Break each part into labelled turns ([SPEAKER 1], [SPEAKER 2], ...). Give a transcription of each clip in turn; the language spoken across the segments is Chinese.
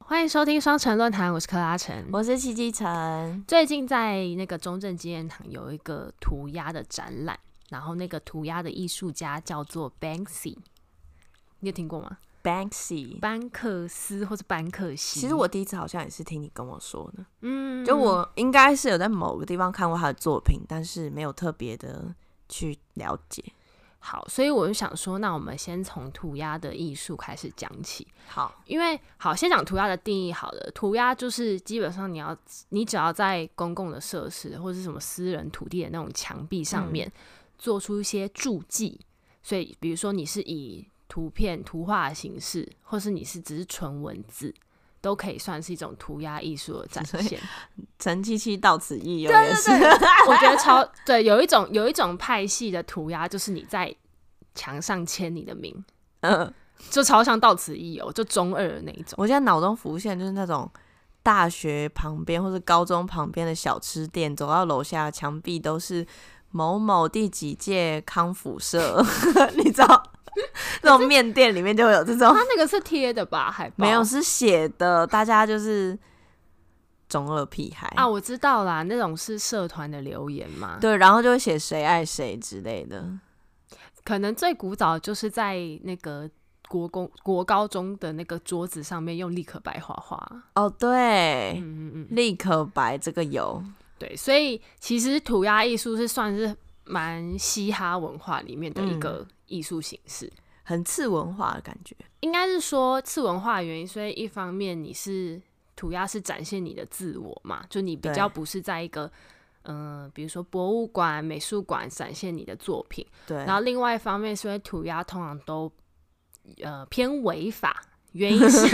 [SPEAKER 1] 欢迎收听双城论坛，我是克拉城。
[SPEAKER 2] 我是戚继成，
[SPEAKER 1] 最近在那个中正纪念堂有一个涂鸦的展览，然后那个涂鸦的艺术家叫做 Banksy，你有听过吗？
[SPEAKER 2] Banksy。
[SPEAKER 1] 班克斯或者班克西？
[SPEAKER 2] 其实我第一次好像也是听你跟我说的，
[SPEAKER 1] 嗯，
[SPEAKER 2] 就我应该是有在某个地方看过他的作品，但是没有特别的去了解。
[SPEAKER 1] 好，所以我就想说，那我们先从涂鸦的艺术开始讲起。
[SPEAKER 2] 好，
[SPEAKER 1] 因为好，先讲涂鸦的定义好了。涂鸦就是基本上你要，你只要在公共的设施或是什么私人土地的那种墙壁
[SPEAKER 2] 嗯
[SPEAKER 1] 上面、做出一些注记，所以比如说你是以图片、图画的形式，或是你是只是纯文字，都可以算是一种涂鸦艺术的展
[SPEAKER 2] 所以
[SPEAKER 1] 现。
[SPEAKER 2] 陈七七到此一游也是，
[SPEAKER 1] 我觉得超对，有一种有一种派系的涂鸦，就是你在墙上签你的名，
[SPEAKER 2] 嗯，
[SPEAKER 1] 就超像到此一游，就中二的那一种。
[SPEAKER 2] 我现在脑中浮现就是那种大学旁边或者高中旁边的小吃店，走到楼下墙壁都是某某第几届康复社， 你知道，这种面店里面就会有这种
[SPEAKER 1] 啊他那个是贴的吧？海报
[SPEAKER 2] 哦没有是写的，大家就是中二屁孩
[SPEAKER 1] 啊？我知道啦，那种是社团的留言嘛。，
[SPEAKER 2] 对，然后就会写谁爱谁之类的。
[SPEAKER 1] 可能最古早就是在那个国公国高中的那个桌子上面用立可白画画。
[SPEAKER 2] 哦，对，
[SPEAKER 1] 嗯嗯嗯，
[SPEAKER 2] 立可白这个有，
[SPEAKER 1] 对，所以其实涂鸦艺术是算是蛮嘻哈文化里面的一个
[SPEAKER 2] 嗯
[SPEAKER 1] 艺术形式。
[SPEAKER 2] 很次文化的感觉。
[SPEAKER 1] 应该是说次文化的原因，所以一方面你是涂鸦是展现你的自我嘛，就你比
[SPEAKER 2] 对
[SPEAKER 1] 较不是在一个嗯、呃比如说博物馆、美术馆展现你的作品，
[SPEAKER 2] 对
[SPEAKER 1] 然，后另外一方面，所以涂鸦通常都呃偏违法。原因 是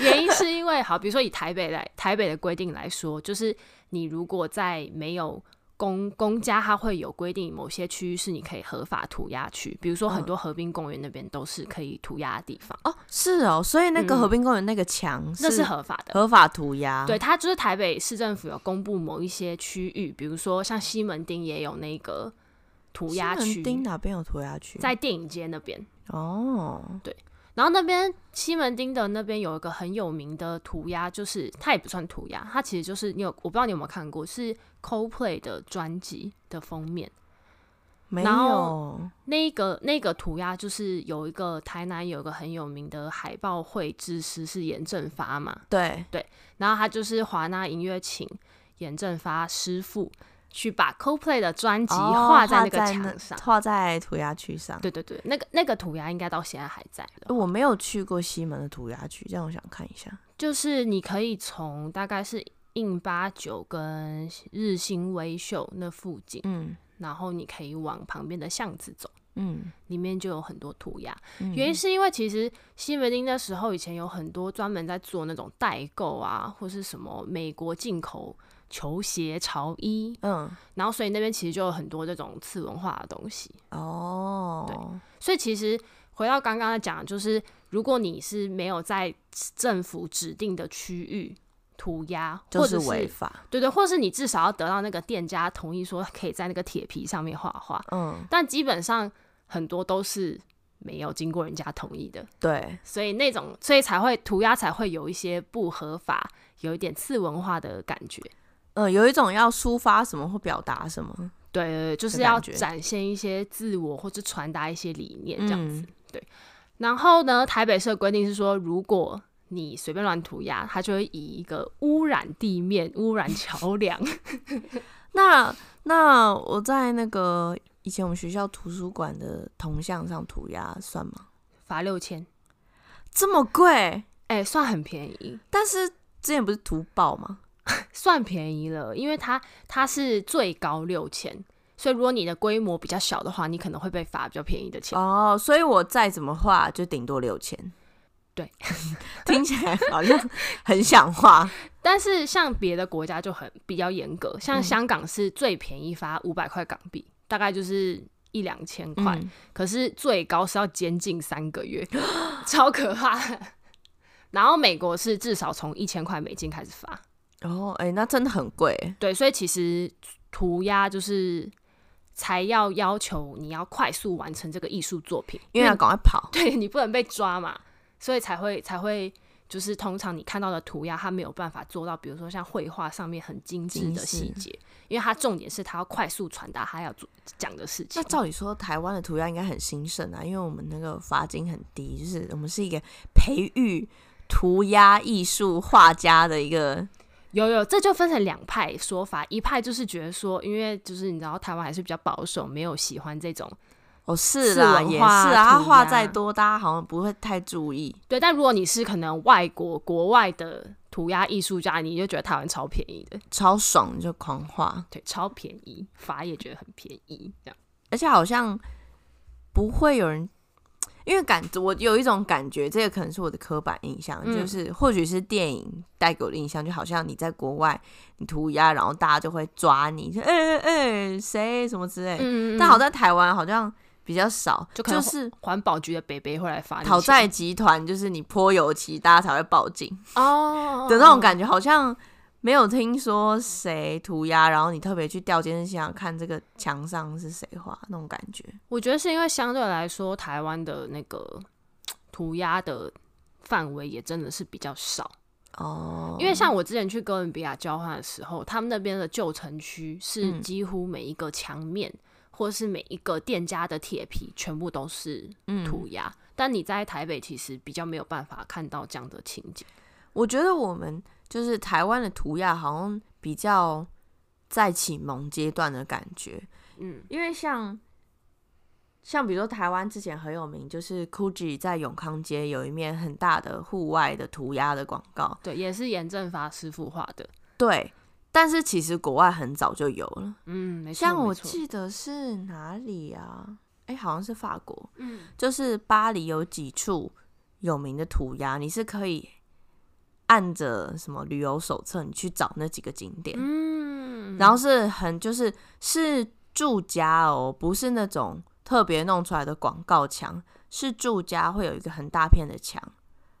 [SPEAKER 1] 原因是因为好，比如说以台北来台北的规定来说，就是你如果在没有公公家，它会有规定某些区域是你可以合法涂鸦区，比如说很
[SPEAKER 2] 嗯
[SPEAKER 1] 多河滨公园那边都是可以涂鸦的地方，
[SPEAKER 2] 哦，是哦，所以那个
[SPEAKER 1] 嗯
[SPEAKER 2] 和平公园那个墙
[SPEAKER 1] 那是
[SPEAKER 2] 是
[SPEAKER 1] 合法的。
[SPEAKER 2] 合法涂鸦，
[SPEAKER 1] 对，，它就是台北市政府有公布某一些区域，比如说像西门町也有那个涂鸦区，
[SPEAKER 2] 町哪边有涂鸦区？
[SPEAKER 1] 在电影街那边。
[SPEAKER 2] 哦，
[SPEAKER 1] 然后那边西门町的那边有一个很有名的涂鸦，就是它也不算涂鸦，它其实就是你有我不知道你有没有看过，是 CoPlay 的专辑的封面。
[SPEAKER 2] 没
[SPEAKER 1] 然后
[SPEAKER 2] 有，
[SPEAKER 1] 那个那个涂鸦就是有一个台南有一个很有名的海报绘制师是严正发嘛，
[SPEAKER 2] 对，
[SPEAKER 1] 然后他就是华纳音乐请严正发师傅去把 CoPlay 的专辑
[SPEAKER 2] 哦
[SPEAKER 1] 画在那个
[SPEAKER 2] 画在
[SPEAKER 1] 墙上。
[SPEAKER 2] 画在涂鸦区上。
[SPEAKER 1] 对对对，那个那个涂鸦应该到现在还在的。
[SPEAKER 2] 我没有去过西门的涂鸦区，这样我想看一下。
[SPEAKER 1] 就是你可以从大概是印八九跟日新微秀那附近，
[SPEAKER 2] 嗯
[SPEAKER 1] 然后你可以往旁边的巷子走，
[SPEAKER 2] 嗯，
[SPEAKER 1] 里面就有很多涂鸦。
[SPEAKER 2] 嗯
[SPEAKER 1] 原因是因为其实西门町那时候以前有很多专门在做那种代购啊，或是什么美国进口球鞋、潮衣，
[SPEAKER 2] 嗯
[SPEAKER 1] 然后所以那边其实就有很多这种次文化的东西。
[SPEAKER 2] 哦，
[SPEAKER 1] 所以其实回到刚刚的讲，就是如果你是没有在政府指定的区域涂鸦，
[SPEAKER 2] 就
[SPEAKER 1] 或
[SPEAKER 2] 是
[SPEAKER 1] 者
[SPEAKER 2] 违
[SPEAKER 1] 是
[SPEAKER 2] 法。
[SPEAKER 1] 对对，或是你至少要得到那个店家同意，说可以在那个铁皮上面画画，
[SPEAKER 2] 嗯，
[SPEAKER 1] 但基本上很多都是没有经过人家同意的，
[SPEAKER 2] 对，
[SPEAKER 1] 所以那种所以才会涂鸦才会有一些不合法，有一点次文化的感觉。
[SPEAKER 2] 嗯，有一种要抒发什么或表达什么，
[SPEAKER 1] 对对对，就是
[SPEAKER 2] 的感
[SPEAKER 1] 要
[SPEAKER 2] 觉
[SPEAKER 1] 展现一些自我或者传达一些理念这样子。
[SPEAKER 2] 嗯
[SPEAKER 1] 然后呢，台北市的规定是说，如果你随便乱涂鸦，它就会以一个污染地面、污染桥梁。
[SPEAKER 2] 那那我在那个以前我们学校图书馆的铜像上涂鸦算吗？
[SPEAKER 1] 罚六千，
[SPEAKER 2] 这么贵，
[SPEAKER 1] 哎，算很便宜，
[SPEAKER 2] 但是之前不是涂爆吗？
[SPEAKER 1] 算便宜了，因为它它是最高六千，所以如果你的规模比较小的话，你可能会被罚比较便宜的钱。
[SPEAKER 2] 哦，所以我再怎么画就顶多六千。
[SPEAKER 1] 对，
[SPEAKER 2] 听起来好像很 想画。
[SPEAKER 1] 但是像别的国家就很比较严格，像
[SPEAKER 2] 嗯
[SPEAKER 1] 香港是最便宜罚五百块港币，大概就是一两千块，
[SPEAKER 2] 嗯
[SPEAKER 1] 可是最高是要监禁三个月， 超可怕的。然后美国是至少从一千块美金开始罚，
[SPEAKER 2] 哦，哎、那真的很贵。
[SPEAKER 1] 对，所以其实涂鸦就是才要要求你要快速完 成这个艺术作品，
[SPEAKER 2] 因为要赶快跑，
[SPEAKER 1] 对你不能被抓嘛，所以才会才会就是通常你看到的涂鸦，它没有办法做到，比如说像绘画上面很精致
[SPEAKER 2] 精
[SPEAKER 1] 的细
[SPEAKER 2] 致
[SPEAKER 1] 节，因为它重点是它要快速传达它要做讲的事情
[SPEAKER 2] 那。照理说，台湾的涂鸦应该很兴盛啊，因为我们那个罚金很低，就是我们是一个培育涂鸦艺术画家的一个，
[SPEAKER 1] 有有，这就分成两派说法，一派就是觉得说，因为就是你知道台湾还是比较保守，没有喜欢这种
[SPEAKER 2] 哦，是
[SPEAKER 1] 是
[SPEAKER 2] 啦，
[SPEAKER 1] 文
[SPEAKER 2] 也是
[SPEAKER 1] 化
[SPEAKER 2] 啊，他
[SPEAKER 1] 涂
[SPEAKER 2] 画
[SPEAKER 1] 鸦
[SPEAKER 2] 再多，大家好像不会太注意。
[SPEAKER 1] 对，但如果你是可能外国国外的涂鸦艺术家，你就觉得台湾超便宜的，
[SPEAKER 2] 超爽就狂画，
[SPEAKER 1] 对，超便宜，法也觉得很便宜，这样。
[SPEAKER 2] 而且好像不会有人，因为感我有一种感觉，这个可能是我的刻板印象，
[SPEAKER 1] 嗯
[SPEAKER 2] 就是或许是电影带给我的印象，就好像你在国外你涂鸦，然后大家就会抓你，说哎哎哎谁什么之类，
[SPEAKER 1] 嗯
[SPEAKER 2] 但好在台湾好像比较少，
[SPEAKER 1] 就
[SPEAKER 2] 就
[SPEAKER 1] 可能
[SPEAKER 2] 是。
[SPEAKER 1] 环保局的北北会来罚你钱，
[SPEAKER 2] 讨债集团就是你泼油漆，大家才会报警
[SPEAKER 1] 哦
[SPEAKER 2] 的那种
[SPEAKER 1] 觉。
[SPEAKER 2] 感觉，好像没有听说谁涂鸦，然后你特别去调监视器想看这个墙上是谁画那种感觉。
[SPEAKER 1] 我觉得是因为相对来说，台湾的那个涂鸦的范围也真的是比较少。
[SPEAKER 2] 哦，
[SPEAKER 1] 因为像我之前去哥伦比亚交换的时候，他们那边的旧城区是
[SPEAKER 2] 嗯
[SPEAKER 1] 几乎每一个墙面、或是每一个店家的铁皮全部都是涂
[SPEAKER 2] 嗯
[SPEAKER 1] 鸦，但你在台北其实比较没有办法看到这样的情景。
[SPEAKER 2] 我觉得我们就是台湾的涂鸦，好像比较在启蒙阶段的感觉，
[SPEAKER 1] 嗯，
[SPEAKER 2] 因为像像比如说台湾之前很有名，就是 GUCCI 在永康街有一面很大的户外的涂鸦的广告，
[SPEAKER 1] 对，也是严正发师傅画的。
[SPEAKER 2] 对。但是其实国外很早就有了，
[SPEAKER 1] 嗯，没错，
[SPEAKER 2] 像我
[SPEAKER 1] 没错
[SPEAKER 2] 记得是哪里啊？哎、好像是法国，
[SPEAKER 1] 嗯
[SPEAKER 2] 就是巴黎有几处有名的涂鸦，你是可以按着什么旅游手册，你去找那几个景点，
[SPEAKER 1] 嗯，
[SPEAKER 2] 然后是很就是是住家哦，不是那种特别弄出来的广告墙，是住家会有一个很大片的墙，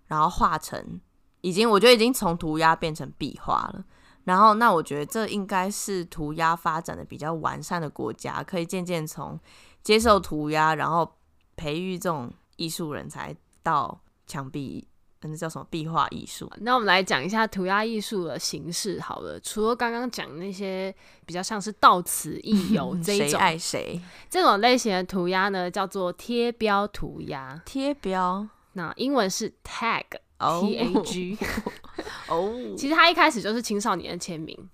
[SPEAKER 2] 然后画成已经我觉得已经从涂鸦变成壁画了。然后，那我觉得这应该是涂鸦发展的比较完善的国家，可以渐渐从接受涂鸦，然后培育这种艺术人才到墙壁，嗯那叫什么壁画艺术？
[SPEAKER 1] 那我们来讲一下涂鸦艺术的形式好了。除了刚刚讲那些比较像是到此 一游这一
[SPEAKER 2] 谁
[SPEAKER 1] 种
[SPEAKER 2] 爱谁？
[SPEAKER 1] 这种类型的涂鸦呢，叫做贴标涂鸦，
[SPEAKER 2] 贴标
[SPEAKER 1] 那英文是 tag。
[SPEAKER 2] 哦
[SPEAKER 1] T A G，
[SPEAKER 2] 哦，
[SPEAKER 1] 其实它一开始就是青少年的签名，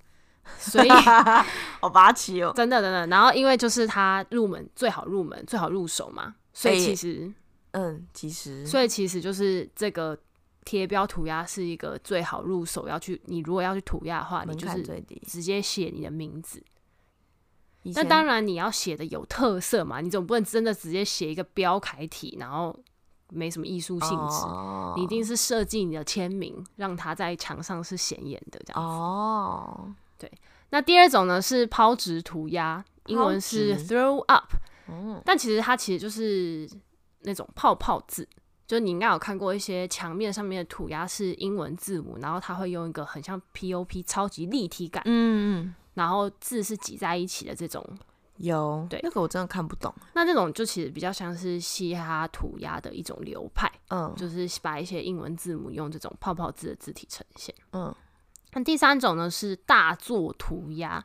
[SPEAKER 1] 所 以
[SPEAKER 2] 好拔奇哦！
[SPEAKER 1] 真的真的，然后因为就是它入门最好入门最好入手嘛，所以
[SPEAKER 2] 哎
[SPEAKER 1] 其实、
[SPEAKER 2] 嗯，其实
[SPEAKER 1] 所以其实就是这个贴标涂鸦是一个最好入手要去，你如果要去涂鸦的话，你
[SPEAKER 2] 门
[SPEAKER 1] 就
[SPEAKER 2] 槛
[SPEAKER 1] 是
[SPEAKER 2] 最低。
[SPEAKER 1] 直接写你的名字，
[SPEAKER 2] 以
[SPEAKER 1] 那
[SPEAKER 2] 前
[SPEAKER 1] 当然你要写的有特色嘛，你总不能真的直接写一个标楷体，然后没什么艺术性质。
[SPEAKER 2] 哦
[SPEAKER 1] 你一定是设计你的签名，让它在墙上是显眼的这样子。
[SPEAKER 2] 哦
[SPEAKER 1] 那第二种呢是抛掷涂鸦，英文是
[SPEAKER 2] 抛掷
[SPEAKER 1] throw up，
[SPEAKER 2] 哦，
[SPEAKER 1] 但其实它其实就是那种泡泡字。就你应该有看过一些墙面上面的涂鸦是英文字母，然后它会用一个很像 POP 超级立体感，
[SPEAKER 2] 嗯，嗯
[SPEAKER 1] 然后字是挤在一起的这种
[SPEAKER 2] 有
[SPEAKER 1] 对
[SPEAKER 2] 那个我真的看不懂。
[SPEAKER 1] 那这种就其实比较像是嘻哈涂鸦的一种流派，
[SPEAKER 2] 嗯
[SPEAKER 1] 就是把一些英文字母用这种泡泡字的字体呈现。
[SPEAKER 2] 嗯，
[SPEAKER 1] 那第三种呢是大作涂鸦，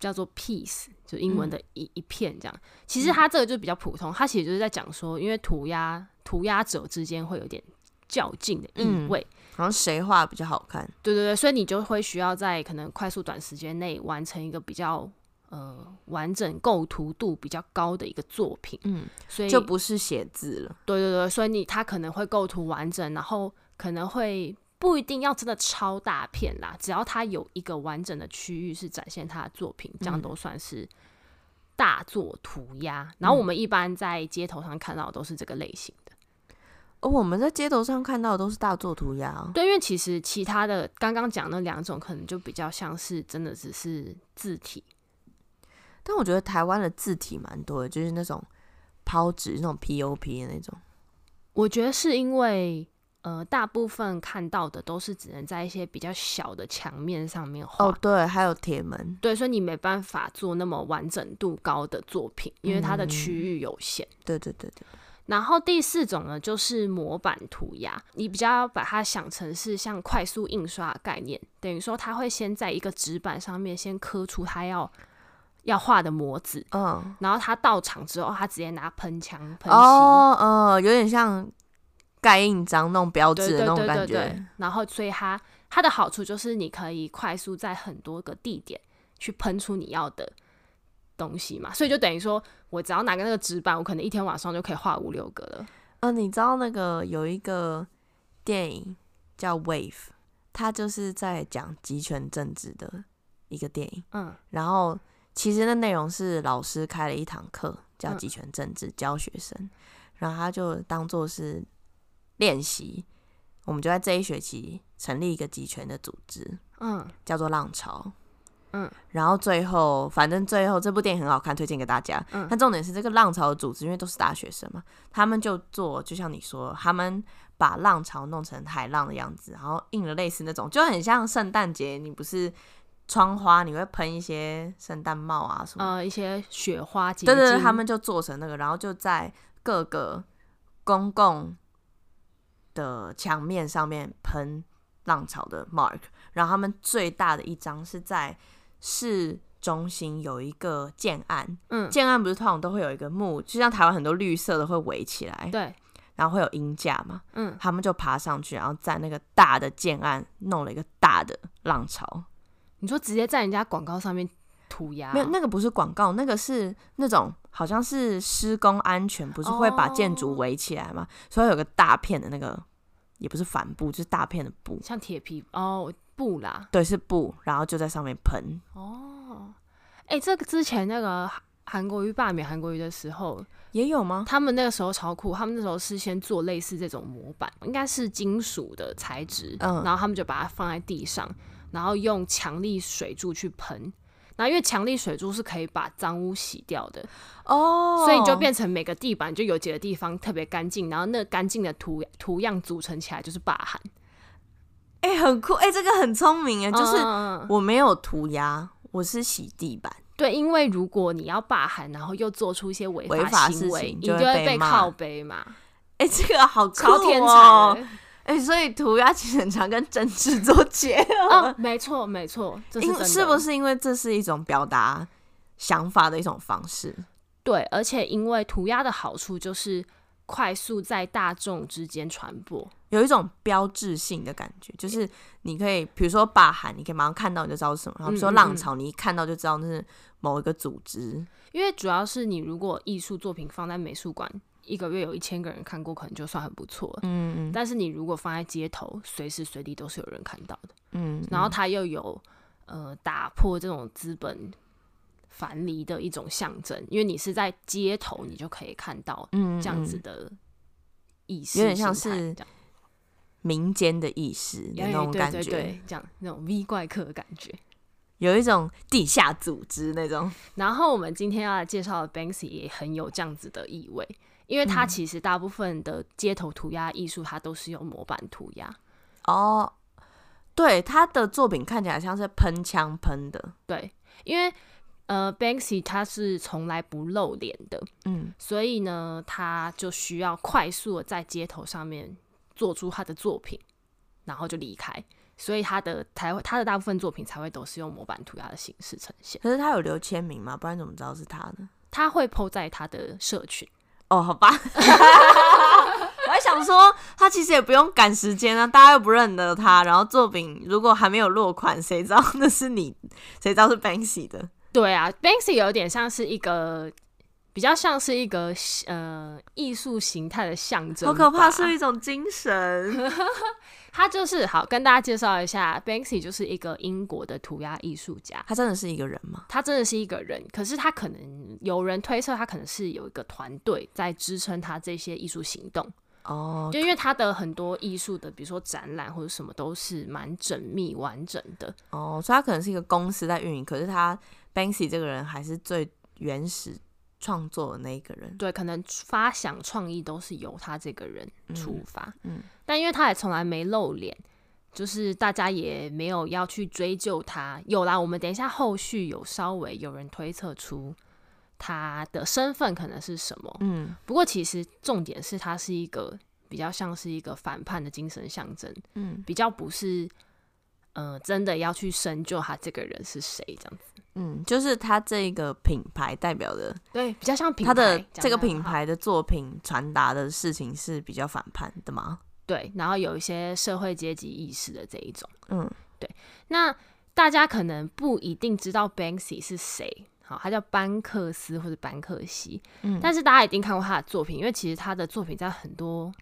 [SPEAKER 1] 叫做 piece，就英文
[SPEAKER 2] 嗯
[SPEAKER 1] 的一、一片这样。其实它这个就比较普通，它其实就是在讲说，因为涂鸦涂鸦者之间会有点较劲的意
[SPEAKER 2] 嗯
[SPEAKER 1] 味，
[SPEAKER 2] 好像谁画比较好看？
[SPEAKER 1] 对对对，所以你就会需要在可能快速短时间内完成一个比较呃完整构图度比较高的一个作品，
[SPEAKER 2] 嗯，
[SPEAKER 1] 所以
[SPEAKER 2] 就不是写字了。
[SPEAKER 1] 对对对，所以你它可能会构图完整，然后可能会不一定要真的超大片啦，只要它有一个完整的区域是展现它的作品，这样
[SPEAKER 2] 嗯
[SPEAKER 1] 都算是大作涂鸦。然后我们一般在街头上看到的都是这个类型的，
[SPEAKER 2] 哦，我们在街头上看到的都是大作涂鸦哦。
[SPEAKER 1] 对，因为其实其他的刚刚讲那两种可能就比较像是真的只是字体，
[SPEAKER 2] 但我觉得台湾的字体蛮多的，就是那种抛纸那种 POP 的那种。
[SPEAKER 1] 我觉得是因为。呃，大部分看到的都是只能在一些比较小的墙面上面画
[SPEAKER 2] 哦，对，还有铁门。
[SPEAKER 1] 对，所以你没办法做那么完整度高的作品，因为它的
[SPEAKER 2] 嗯
[SPEAKER 1] 区域有限。
[SPEAKER 2] 对对对对，
[SPEAKER 1] 然后第四种呢，就是模板涂鸦，你比较把它想成是像快速印刷的概念，等于说它会先在一个纸板上面先刻出它要要画的模子，
[SPEAKER 2] 嗯，
[SPEAKER 1] 然后他到场之后，他直接拿喷枪喷漆，
[SPEAKER 2] 哦，嗯，有点像盖印章那种标
[SPEAKER 1] 对
[SPEAKER 2] 志
[SPEAKER 1] 对
[SPEAKER 2] 的那种
[SPEAKER 1] 对
[SPEAKER 2] 感
[SPEAKER 1] 对
[SPEAKER 2] 觉
[SPEAKER 1] 对。。然后，所以它它的好处就是你可以快速在很多个地点去喷出你要的东西嘛。所以就等于说我只要拿个那个纸板，我可能一天晚上就可以画五六个了。
[SPEAKER 2] 嗯，你知道那个有一个电影叫《Wave》，它就是在讲集权政治的一个电影。
[SPEAKER 1] 嗯
[SPEAKER 2] 然后其实那内容是老师开了一堂课叫
[SPEAKER 1] 嗯
[SPEAKER 2] 集权政治，教学生，然后他就当做是练习，我们就在这一学期成立一个集权的组织，
[SPEAKER 1] 嗯，
[SPEAKER 2] 叫做浪潮。
[SPEAKER 1] 嗯，
[SPEAKER 2] 然后最后，反正最后这部电影很好看，推荐给大家。
[SPEAKER 1] 嗯
[SPEAKER 2] 那重点是这个浪潮的组织，因为都是大学生嘛，他们就做，就像你说，他们把浪潮弄成海浪的样子，然后印了类似那种，就很像圣诞节，你不是窗花，你会喷一些圣诞帽啊什么的
[SPEAKER 1] 呃，一些雪花结晶，
[SPEAKER 2] 对对对，他们就做成那个，然后就在各个公共的墙面上面喷浪潮的 mark，然后他们最大的一张是在市中心有一个建案，
[SPEAKER 1] 嗯
[SPEAKER 2] 建案不是通常都会有一个木，就像台湾很多绿色的会围起来，
[SPEAKER 1] 对，
[SPEAKER 2] 然后会有鹰架嘛，
[SPEAKER 1] 嗯，
[SPEAKER 2] 他们就爬上去，然后在那个大的建案弄了一个大的浪潮，
[SPEAKER 1] 你说直接在人家广告上面涂鸦，
[SPEAKER 2] 没有，那个不是广告，那个是那种好像是施工安全，不是会把建
[SPEAKER 1] 哦
[SPEAKER 2] 筑围起来吗？所以有个大片的那个，也不是帆布，就是大片的布，
[SPEAKER 1] 像铁皮哦布啦，
[SPEAKER 2] 对，是布，然后就在上面喷。
[SPEAKER 1] 哦，哎、这个之前那个韩韩国瑜罢免韩国瑜的时候，
[SPEAKER 2] 也有吗？
[SPEAKER 1] 他们那个时候超酷，他们那时候是先做类似这种模板，应该是金属的材质，
[SPEAKER 2] 嗯
[SPEAKER 1] 然后他们就把它放在地上，然后用强力水柱去喷。那因为强力水柱是可以把脏污洗掉的，
[SPEAKER 2] 哦
[SPEAKER 1] 所以你就变成每个地板就有几个地方特别干净，然后那干净的图图样组成起来就是霸韩，
[SPEAKER 2] 哎、很酷哎、这个很聪明哎，就是
[SPEAKER 1] 嗯
[SPEAKER 2] 我没有涂鸦，我是洗地板，
[SPEAKER 1] 对，因为如果你要霸韩，然后又做出一些违
[SPEAKER 2] 违法
[SPEAKER 1] 行
[SPEAKER 2] 事
[SPEAKER 1] 为，
[SPEAKER 2] 情
[SPEAKER 1] 你
[SPEAKER 2] 就会
[SPEAKER 1] 会
[SPEAKER 2] 被
[SPEAKER 1] 被
[SPEAKER 2] 骂
[SPEAKER 1] 靠背嘛，
[SPEAKER 2] 哎、这个好酷
[SPEAKER 1] 超天
[SPEAKER 2] 哦
[SPEAKER 1] 才的欸
[SPEAKER 2] 哎、所以涂鸦其实很常跟政治做结合。
[SPEAKER 1] 哦，没错没错， 这是
[SPEAKER 2] 因
[SPEAKER 1] 真的
[SPEAKER 2] 是不是因为这是一种表达想法的一种方式？
[SPEAKER 1] 对，而且因为涂鸦的好处就是快速在大众之间传播。
[SPEAKER 2] 有一种标志性的感觉，就是你可以，比如说霸韩，你可以马上看到你就知道是什么；然后比如说
[SPEAKER 1] 嗯嗯
[SPEAKER 2] 浪潮，你一看到就知道那是某一个组织。
[SPEAKER 1] 因为主要是你如果艺术作品放在美术馆，一个月有一千个人看过，可能就算很不错了。
[SPEAKER 2] 嗯
[SPEAKER 1] 但是你如果放在街头，随时随地都是有人看到的。
[SPEAKER 2] 嗯
[SPEAKER 1] 然后它又有呃打破这种资本繁离的一种象征，因为你是在街头，你就可以看到
[SPEAKER 2] 嗯
[SPEAKER 1] 这样子的意识形
[SPEAKER 2] 有
[SPEAKER 1] 态，
[SPEAKER 2] 点像是
[SPEAKER 1] 这样哎
[SPEAKER 2] 民间的意识的那种
[SPEAKER 1] 对
[SPEAKER 2] 感
[SPEAKER 1] 对
[SPEAKER 2] 觉，
[SPEAKER 1] 对，这样那种 V 怪客的感觉。
[SPEAKER 2] 有一种地下组织那种。
[SPEAKER 1] 然后我们今天要来介绍的 Banksy 也很有这样子的意味，因为它其实大部分的街头涂鸦艺术，它都是用模板涂鸦。
[SPEAKER 2] 哦，对，他的作品看起来像是喷枪喷的。
[SPEAKER 1] 对，因为呃 Banksy 他是从来不露脸的，
[SPEAKER 2] 嗯，
[SPEAKER 1] 所以呢，他就需要快速的在街头上面做出他的作品，然后就离开。所以他的才会，他的大部分作品才会都是用模板涂鸦的形式呈现。
[SPEAKER 2] 可是他有留签名吗？不然怎么知道是他的？
[SPEAKER 1] 他会 PO 在他的社群，
[SPEAKER 2] 哦，好吧。 我还想说，他其实也不用赶时间啊，大家又不认得他，然后作品如果还没有落款，谁知道那是你？谁知道是 Banksy 的？
[SPEAKER 1] 对啊，Banksy 有点像是一个，比较像是一个呃艺术形态的象征
[SPEAKER 2] 好
[SPEAKER 1] 吧，
[SPEAKER 2] 可怕，是一种精神。
[SPEAKER 1] 他就是好跟大家介绍一下，Banksy 就是一个英国的涂鸦艺术家，
[SPEAKER 2] 他真的是一个人 吗？
[SPEAKER 1] 他真的是一个人，可是他可能有人推测他可能是有一个团队在支撑他这些艺术行动，
[SPEAKER 2] 哦，
[SPEAKER 1] 就因为他的很多艺术的，比如说展览或者什么都是蛮缜密完整的，
[SPEAKER 2] 哦，所以他可能是一个公司在运营，可是他 Banksy 这个人还是最原始创作的那一个人。
[SPEAKER 1] 对，可能发想创意都是由他这个人出发，
[SPEAKER 2] 嗯
[SPEAKER 1] 但因为他也从来没露脸，就是大家也没有要去追究他。有啦，我们等一下后续有稍微有人推测出他的身份可能是什么。
[SPEAKER 2] 嗯
[SPEAKER 1] 不过其实重点是，它是一个比较像是一个反叛的精神象征，
[SPEAKER 2] 嗯
[SPEAKER 1] 比较不是呃真的要去深究他这个人是谁这样子。
[SPEAKER 2] 嗯，就是它这个品牌代表的，
[SPEAKER 1] 对，比较像品牌
[SPEAKER 2] 它的
[SPEAKER 1] 讲
[SPEAKER 2] 这个
[SPEAKER 1] 得很
[SPEAKER 2] 品
[SPEAKER 1] 好
[SPEAKER 2] 牌的作品传达的事情是比较反叛的吗？
[SPEAKER 1] 对，然后有一些社会阶级意识的这一种。
[SPEAKER 2] 嗯
[SPEAKER 1] 那大家可能不一定知道 Banksy 是谁，好，他叫班克斯或者班克西，
[SPEAKER 2] 嗯，
[SPEAKER 1] 但是大家一定看过他的作品，因为其实他的作品在很多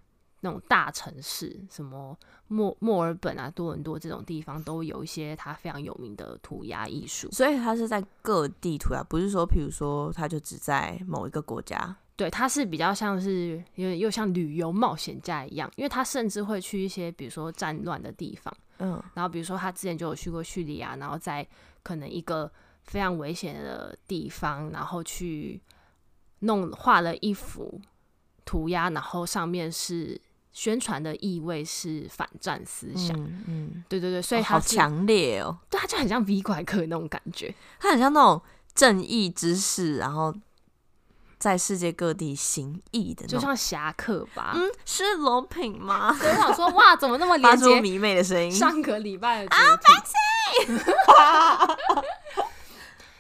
[SPEAKER 1] 那种大城市，什么墨墨尔本啊、多伦多这种地方，都有一些他非常有名的涂鸦艺术。
[SPEAKER 2] 所以它是在各地图啊，不是说，譬如说，它就只在某一个国家。
[SPEAKER 1] 对，他是比较像是有点又像旅游冒险家一样，因为他甚至会去一些比如说战乱的地方。
[SPEAKER 2] 嗯
[SPEAKER 1] 然后比如说他之前就有去过叙利亚，然后在可能一个非常危险的地方，然后去弄画了一幅涂鸦，然后上面是宣传的意味是反战思想。
[SPEAKER 2] 嗯嗯，
[SPEAKER 1] 对对对，所以
[SPEAKER 2] 哦
[SPEAKER 1] 他
[SPEAKER 2] 好
[SPEAKER 1] 是、
[SPEAKER 2] 强烈哦，
[SPEAKER 1] 对他就很像 V 怪客那种感觉。
[SPEAKER 2] 它很像那种正义之士，然后在世界各地行义的
[SPEAKER 1] 就
[SPEAKER 2] 那种。
[SPEAKER 1] 像侠客吧，
[SPEAKER 2] 嗯，是龙品吗？
[SPEAKER 1] 所以我想说，哇，怎么那么
[SPEAKER 2] 发
[SPEAKER 1] 连
[SPEAKER 2] 出啊
[SPEAKER 1] 接
[SPEAKER 2] 迷妹的声音。
[SPEAKER 1] 上个礼拜的主题。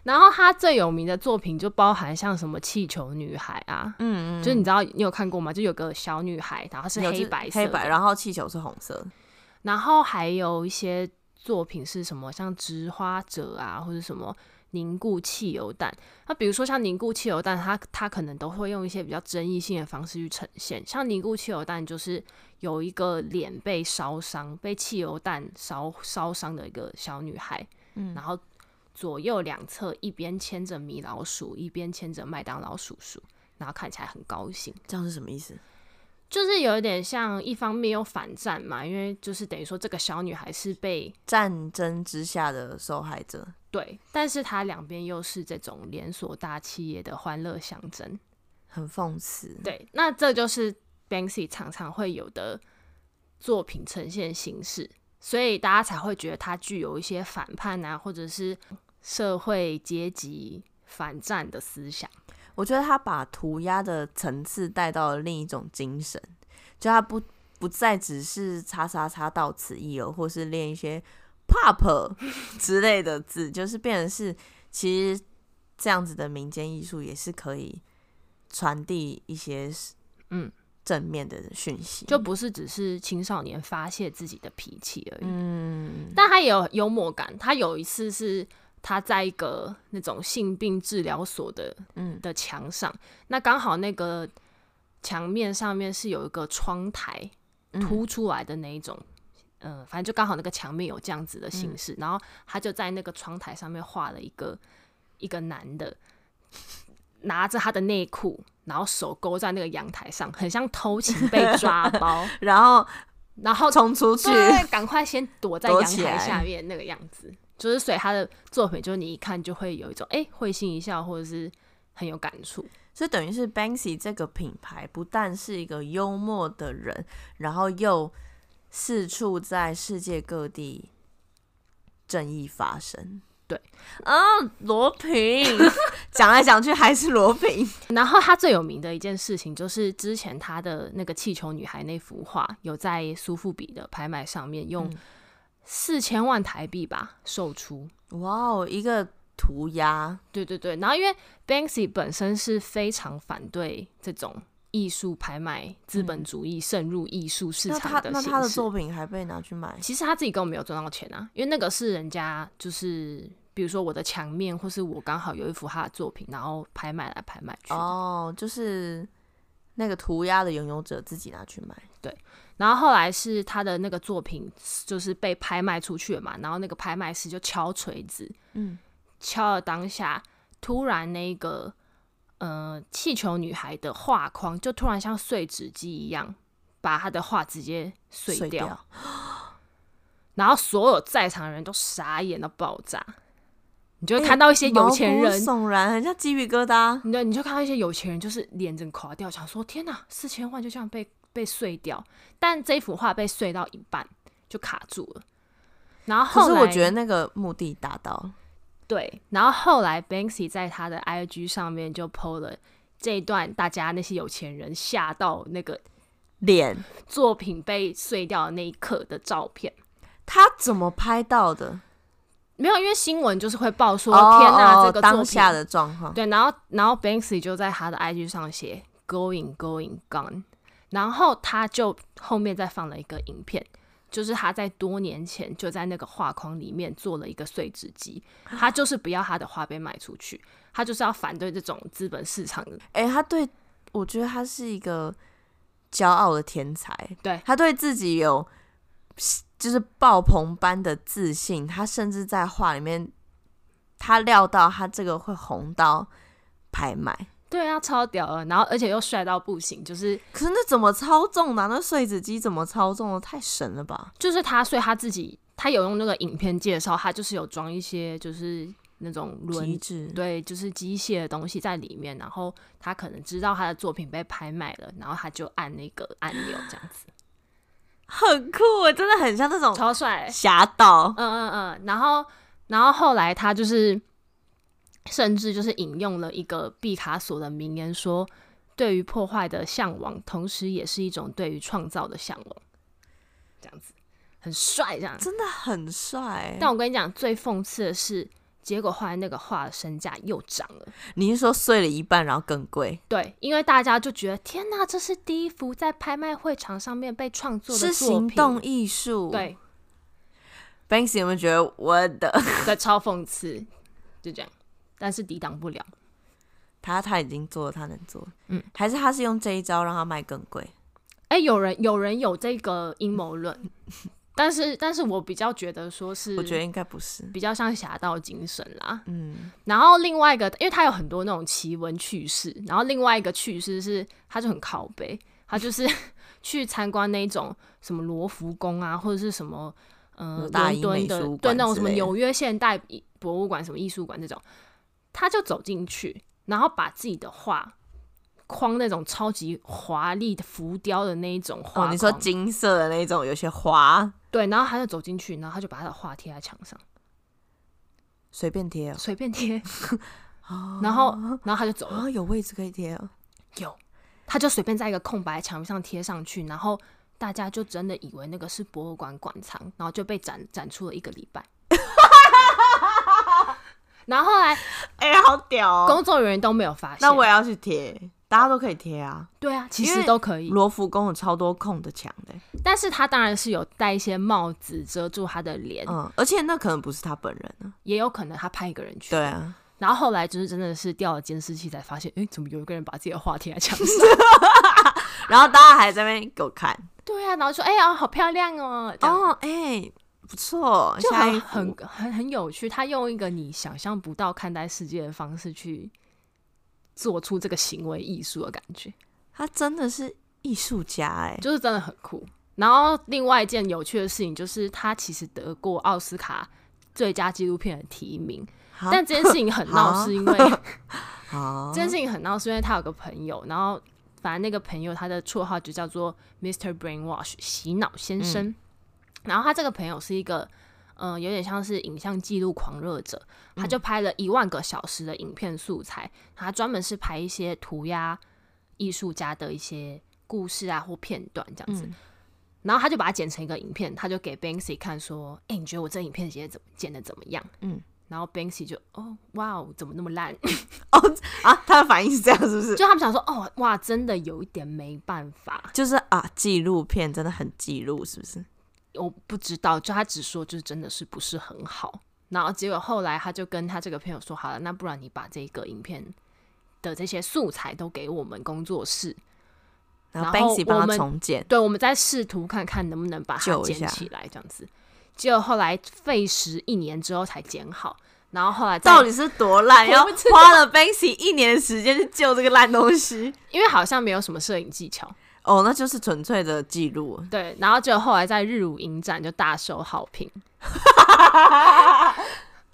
[SPEAKER 1] 然后他最有名的作品就包含像什么气球女孩啊，
[SPEAKER 2] 嗯嗯，
[SPEAKER 1] 就是你知道你有看过吗？就有个小女孩，然后是
[SPEAKER 2] 有
[SPEAKER 1] 黑
[SPEAKER 2] 是
[SPEAKER 1] 白色的
[SPEAKER 2] 黑白，然后气球是红色。
[SPEAKER 1] 然后还有一些作品是什么，像植花者啊，或者什么凝固汽油弹。那比如说像凝固汽油弹，它它可能都会用一些比较争议性的方式去呈现。像凝固汽油弹就是有一个脸被烧伤、被汽油弹烧烧伤的一个小女孩，
[SPEAKER 2] 嗯
[SPEAKER 1] 然后左右两侧一边牵着米老鼠，一边牵着麦当劳叔叔，然后看起来很高兴。
[SPEAKER 2] 这样是什么意思？
[SPEAKER 1] 就是有一点像，一方面又反战嘛，因为就是等于说这个小女孩是被
[SPEAKER 2] 战争之下的受害者。
[SPEAKER 1] 对，但是她两边又是这种连锁大企业的欢乐象征。
[SPEAKER 2] 很讽刺，
[SPEAKER 1] 对，那这就是 Banksy 常常会有的作品呈现形式，所以大家才会觉得它具有一些反叛啊，或者是社会阶级反战的思想。
[SPEAKER 2] 我觉得他把涂鸦的层次带到了另一种精神，就他不不再只是叉叉叉到此一游，或是练一些 pop 之类的字，就是变成是其实这样子的民间艺术也是可以传递一些
[SPEAKER 1] 嗯
[SPEAKER 2] 正面的讯息，
[SPEAKER 1] 就不是只是青少年发泄自己的脾气而已。
[SPEAKER 2] 嗯
[SPEAKER 1] 但他也有幽默感。他有一次是他在一个那种性病治疗所的
[SPEAKER 2] 嗯
[SPEAKER 1] 的墙上，那刚好那个墙面上面是有一个窗台
[SPEAKER 2] 嗯
[SPEAKER 1] 凸出来的那一种，嗯、反正就刚好那个墙面有这样子的形
[SPEAKER 2] 嗯
[SPEAKER 1] 式，然后他就在那个窗台上面画了一个一个男的拿着他的内裤。然后手勾在那个阳台上，很像偷情被抓 包，
[SPEAKER 2] 然后
[SPEAKER 1] 然后
[SPEAKER 2] 冲出去，
[SPEAKER 1] 对，赶快先躲在
[SPEAKER 2] 躲
[SPEAKER 1] 阳
[SPEAKER 2] 起
[SPEAKER 1] 台
[SPEAKER 2] 来
[SPEAKER 1] 下面那个样子，就是所以他的作品，就是你一看就会有一种哎、诶会心一笑，或者是很有感触。
[SPEAKER 2] 所以等于是 Banksy 这个品牌不但是一个幽默的人，然后又四处在世界各地正义发生。
[SPEAKER 1] 对，
[SPEAKER 2] 啊，罗平 讲来讲去还是罗平。
[SPEAKER 1] 然后他最有名的一件事情，就是之前他的那个气球女孩那幅画，有在苏富比的拍卖上面用
[SPEAKER 2] 嗯
[SPEAKER 1] 四千万台币吧售出。
[SPEAKER 2] 哇哦，一个涂鸦，
[SPEAKER 1] 对对对，然后因为 Banksy 本身是非常反对这种艺术拍卖、资本主义渗入艺术市
[SPEAKER 2] 那他
[SPEAKER 1] 场的
[SPEAKER 2] 嗯那
[SPEAKER 1] 形
[SPEAKER 2] 他的
[SPEAKER 1] 式
[SPEAKER 2] 作品还被拿去买，
[SPEAKER 1] 其实他自己根本没有赚到钱啊，因为那个是人家就是，比如说我的墙面，或是我刚好有一幅他的作品，然后拍卖来拍卖去。
[SPEAKER 2] 哦，就是那个涂鸦的拥有者自己拿去买。
[SPEAKER 1] 然后后来是他的那个作品就是被拍卖出去了嘛，然后那个拍卖师就敲锤子，
[SPEAKER 2] 嗯，
[SPEAKER 1] 敲了当下，突然那个呃气球女孩的画框就突然像碎纸机一样，把她的画直接碎
[SPEAKER 2] 碎
[SPEAKER 1] 掉然后所有在场的人都傻眼到爆炸。你就会
[SPEAKER 2] 哎
[SPEAKER 1] 看到一些有钱
[SPEAKER 2] 毛
[SPEAKER 1] 人嗯
[SPEAKER 2] 骨悚然，很像鸡皮疙瘩。
[SPEAKER 1] 你的你就看到一些有钱人就是脸整垮掉，想说天哪，四千万就这样被被碎掉，但这幅画被碎到一半就卡住了。然后
[SPEAKER 2] 可
[SPEAKER 1] 后
[SPEAKER 2] 是
[SPEAKER 1] 来，
[SPEAKER 2] 我觉得那个目的达到了，
[SPEAKER 1] 对，然后后来 Banksy 在他的 IG 上面就 PO 了这一段，大家那些有钱人吓到那个
[SPEAKER 2] 脸，
[SPEAKER 1] 作品被碎掉的那一刻的照片。
[SPEAKER 2] 他怎么拍到的？
[SPEAKER 1] 没有，因为新闻就是会报说，
[SPEAKER 2] 哦
[SPEAKER 1] 天哪，
[SPEAKER 2] 哦
[SPEAKER 1] 这个作
[SPEAKER 2] 当
[SPEAKER 1] 品
[SPEAKER 2] 下的状况，
[SPEAKER 1] 对，然后然后 Banksy 就在他的 IG 上写 “going going gone”，然后他就后面再放了一个影片，就是他在多年前就在那个画框里面做了一个碎纸机，他就是不要他的画被卖出去，他就是要反对这种资本市场的。
[SPEAKER 2] 哎、他对我觉得他是一个骄傲的天才，
[SPEAKER 1] 对
[SPEAKER 2] 他对自己有就是爆棚般的自信，他甚至在画里面，他料到他这个会红到拍卖，
[SPEAKER 1] 对啊，超屌了，然后而且又帅到不行，就是
[SPEAKER 2] 可是那怎么操纵呢、那碎纸机怎么操纵的？太神了吧！
[SPEAKER 1] 就是他，所以他自己他有用那个影片介绍，他就是有装一些就是那种轮
[SPEAKER 2] 极致，
[SPEAKER 1] 对，就是机械的东西在里面，然后他可能知道他的作品被拍卖了，然后他就按那个按钮这样子，
[SPEAKER 2] 很酷欸，真的很像那种
[SPEAKER 1] 超帅。
[SPEAKER 2] 侠盗。
[SPEAKER 1] 嗯嗯嗯，然后然后后来他就是甚至就是引用了一个毕卡索的名言说。对于破坏的向往，同时也是一种对于创造的向往，这样子很帅，这样。
[SPEAKER 2] 真的很帅欸、
[SPEAKER 1] 但我跟你讲，最讽刺的是，结果后来那个画的身价又涨了。
[SPEAKER 2] 你是说碎了一半，然后更贵？
[SPEAKER 1] 对，因为大家就觉得天哪，这是第一幅在拍卖会场上面被创作的
[SPEAKER 2] 是
[SPEAKER 1] 作
[SPEAKER 2] 行
[SPEAKER 1] 品
[SPEAKER 2] 动艺术。
[SPEAKER 1] 对
[SPEAKER 2] ，Banksy 有没有觉得我的
[SPEAKER 1] 对，超讽刺，就这样。但是抵挡不了，
[SPEAKER 2] 他他已经做了他能做的，
[SPEAKER 1] 嗯，
[SPEAKER 2] 还是他是用这一招让他卖更贵？
[SPEAKER 1] 哎、有人有人有这个阴谋论，但是但是我比较觉得说是，
[SPEAKER 2] 我觉得应该不是，
[SPEAKER 1] 比较像侠盗精神啦。
[SPEAKER 2] 嗯，
[SPEAKER 1] 然后另外一个，因为他有很多那种奇闻趣事，然后另外一个趣事是，他就很靠背，他就是 去参观那种什么罗浮宫啊，或者是什么呃
[SPEAKER 2] 有大
[SPEAKER 1] 伦
[SPEAKER 2] 英
[SPEAKER 1] 敦
[SPEAKER 2] 美
[SPEAKER 1] 的
[SPEAKER 2] 术馆
[SPEAKER 1] 对那种什么
[SPEAKER 2] 之类的
[SPEAKER 1] 纽约现代博物馆、什么艺术馆这种，他就走进去，然后把自己的画框那种超级华丽的浮雕的那一种画框、
[SPEAKER 2] 哦，你说金色的那种，有些花
[SPEAKER 1] 对，然后他就走进去，然后他就把他的画贴在墙上，
[SPEAKER 2] 随便贴哦
[SPEAKER 1] 随便贴，
[SPEAKER 2] 哦，
[SPEAKER 1] 然后然后他就走了
[SPEAKER 2] 啊、。有位置可以贴哦，
[SPEAKER 1] 有，他就随便在一个空白墙上贴上去，然后大家就真的以为那个是博物馆馆藏，然后就被展展出了一个礼拜。 然后后来
[SPEAKER 2] 哎、好屌哦！
[SPEAKER 1] 工作人员都没有发现，
[SPEAKER 2] 那我也要去贴，大家都可以贴啊。
[SPEAKER 1] 对啊，其
[SPEAKER 2] 因
[SPEAKER 1] 实
[SPEAKER 2] 为
[SPEAKER 1] 都可以，
[SPEAKER 2] 嗯罗浮宫有超多空的墙的、
[SPEAKER 1] 但是他当然是有戴一些帽子遮住他的脸，
[SPEAKER 2] 嗯，而且那可能不是他本人啊。
[SPEAKER 1] 也有可能他派一个人去。
[SPEAKER 2] 对啊，
[SPEAKER 1] 然后后来就是真的是调了监视器才发现，诶，怎么有一个人把自己的画贴在墙上？
[SPEAKER 2] 然后大家还在那边给我看，
[SPEAKER 1] 对啊，然后说，哎呀，好漂亮哦，这样
[SPEAKER 2] 哦，哎、不错，
[SPEAKER 1] 就
[SPEAKER 2] 下一
[SPEAKER 1] 很
[SPEAKER 2] 幅
[SPEAKER 1] 很很很有趣，他用一个你想象不到看待世界的方式去做出这个行为艺术的感觉，
[SPEAKER 2] 他真的是艺术家哎、
[SPEAKER 1] 就是真的很酷。然后另外一件有趣的事情就是，他其实得过奥斯卡最佳纪录片的提名，
[SPEAKER 2] 好
[SPEAKER 1] 但这件事情很闹，
[SPEAKER 2] 啊
[SPEAKER 1] 是因为
[SPEAKER 2] 好
[SPEAKER 1] 这，件事情很闹，是因为他有个朋友，然后反正那个朋友他的绰号就叫做 Mr. Brainwash 洗脑先生。
[SPEAKER 2] 嗯
[SPEAKER 1] 然后他这个朋友是一个，呃，有点像是影像记录狂热者，
[SPEAKER 2] 嗯
[SPEAKER 1] 他就拍了一万个小时的影片素材，他专门是拍一些涂鸦艺术家的一些故事啊或片段这样子。
[SPEAKER 2] 嗯
[SPEAKER 1] 然后他就把它剪成一个影片，他就给 Banksy 看说：“哎、你觉得我这影片剪的怎么剪的怎么样？”
[SPEAKER 2] 嗯，
[SPEAKER 1] 然后 Banksy 就：“哦，哇哦，怎么那么烂？”
[SPEAKER 2] 啊，他的反应是这样，是不是？
[SPEAKER 1] 就他们想说，哦，哇，真的有一点没办法，
[SPEAKER 2] 就是啊，纪录片真的很记录，是不是？
[SPEAKER 1] 我不知道，就他只说就是真的是不是很好，然后结果后来他就跟他这个朋友说，好了，那不然你把这个影片的这些素材都给我们工作室，
[SPEAKER 2] 然后
[SPEAKER 1] 然后
[SPEAKER 2] Banksy
[SPEAKER 1] 我
[SPEAKER 2] 帮他
[SPEAKER 1] 们
[SPEAKER 2] 重建，
[SPEAKER 1] 对，我们再试图看看能不能把它
[SPEAKER 2] 救一
[SPEAKER 1] 捡
[SPEAKER 2] 下
[SPEAKER 1] 起来，这样子。结果后来费时一年之后才剪好，然后后来再
[SPEAKER 2] 到底是多 烂，
[SPEAKER 1] 我
[SPEAKER 2] 要
[SPEAKER 1] 不知
[SPEAKER 2] 花了 Banksy 一年的时间去救这个烂东西。
[SPEAKER 1] 因为好像没有什么摄影技巧，
[SPEAKER 2] 哦，那就是纯粹的记录，
[SPEAKER 1] 对，然后就后来在日舞影展就大受好 评，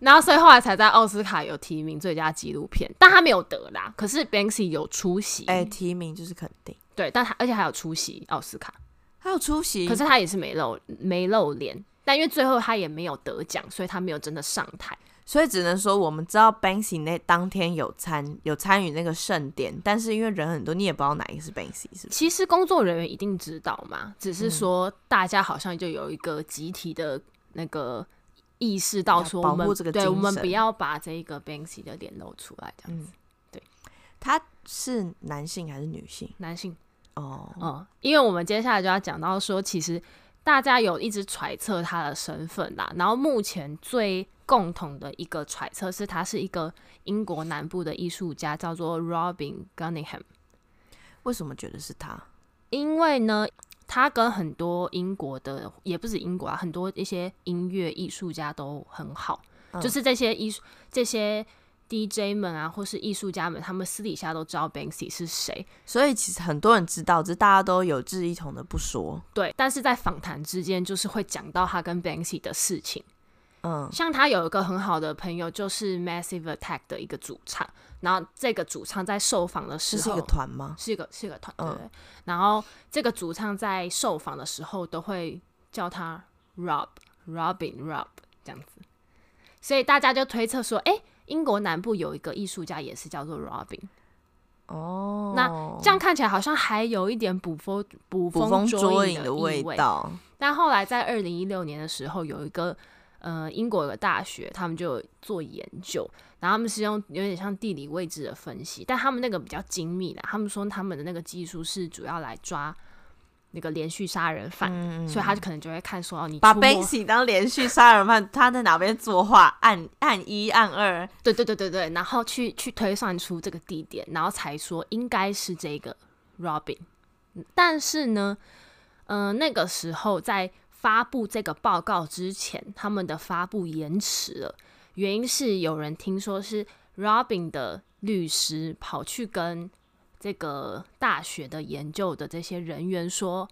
[SPEAKER 1] 然后所以后来才在奥斯卡有提名最佳纪录片，但他没有得啦。可是 Banksy 有出席，
[SPEAKER 2] 哎、提名就是肯定，
[SPEAKER 1] 对，但他而且还有出席奥斯卡，
[SPEAKER 2] 还有出席，
[SPEAKER 1] 可是他也是没露没露脸，但因为最后他也没有得奖，所以他没有真的上台。
[SPEAKER 2] 所以只能说我们知道 Banksy 那当天有参有参与那个盛典，但是因为人很多，你也不知道哪一个是 Banksy，是不是？
[SPEAKER 1] 其实工作人员一定知道嘛，只
[SPEAKER 2] 嗯
[SPEAKER 1] 是说大家好像就有一个集体的那个意识到说，
[SPEAKER 2] 要
[SPEAKER 1] 我们
[SPEAKER 2] 保护这个
[SPEAKER 1] 对
[SPEAKER 2] 精
[SPEAKER 1] 我们
[SPEAKER 2] 神
[SPEAKER 1] 不要把这一个 Banksy 的脸露出来，这样子。
[SPEAKER 2] 他是男性还是女性？
[SPEAKER 1] 男性，
[SPEAKER 2] 哦，
[SPEAKER 1] 嗯，因为我们接下来就要讲到说，其实大家有一直揣测他的身份啦，然后目前最共同的一个揣测是，他是一个英国南部的艺术家，叫做 Robin Cunningham。
[SPEAKER 2] 为什么觉得是他？
[SPEAKER 1] 因为呢，他跟很多英国的，也不止英国啊，很多一些音乐艺术家都很好，
[SPEAKER 2] 嗯
[SPEAKER 1] 就是这些艺术这些 DJ 们啊，或是艺术家们，他们私底下都知道 Banksy 是谁，
[SPEAKER 2] 所以其实很多人知道，只是大家都有志一同的不说。
[SPEAKER 1] 对。但是在访谈之间，就是会讲到他跟 Banksy 的事情。
[SPEAKER 2] 嗯，
[SPEAKER 1] 像他有一个很好的朋友，就是 Massive Attack 的一个主唱，然后这个主唱在受访的时
[SPEAKER 2] 这
[SPEAKER 1] 候，
[SPEAKER 2] 是一个团吗？
[SPEAKER 1] 是一个是一个团队、
[SPEAKER 2] 嗯
[SPEAKER 1] 对然后这个主唱在受访的时候都会叫他 Rob、Robin、Rob 这样子，所以大家就推测说，哎、英国南部有一个艺术家也是叫做 Robin，、
[SPEAKER 2] 哦，
[SPEAKER 1] 那这样看起来好像还有一点捕风捕
[SPEAKER 2] 捕风捉
[SPEAKER 1] 影
[SPEAKER 2] 影的
[SPEAKER 1] 味
[SPEAKER 2] 味。道。
[SPEAKER 1] 但后来在二零一六年的时候，有一个呃英国有个大学，他们就有做研究，然后他们是用有点像地理位置的分析，但他们那个比较精密的，他们说他们的那个技术是主要来抓那个连续杀人犯，
[SPEAKER 2] 嗯，
[SPEAKER 1] 所以他就可能就会看说哦你
[SPEAKER 2] 把
[SPEAKER 1] 出没
[SPEAKER 2] Banksy 当连续杀人犯，他在哪边作画？按按一按二，
[SPEAKER 1] 对对对对对，然后去去推算出这个地点，然后才说应该是这个 Robin。但是呢，嗯、那个时候在发布这个报告之前，他们的发布延迟了，原因是有人听说是 Robin 的律师跑去跟这个大学的研究的这些人员说：“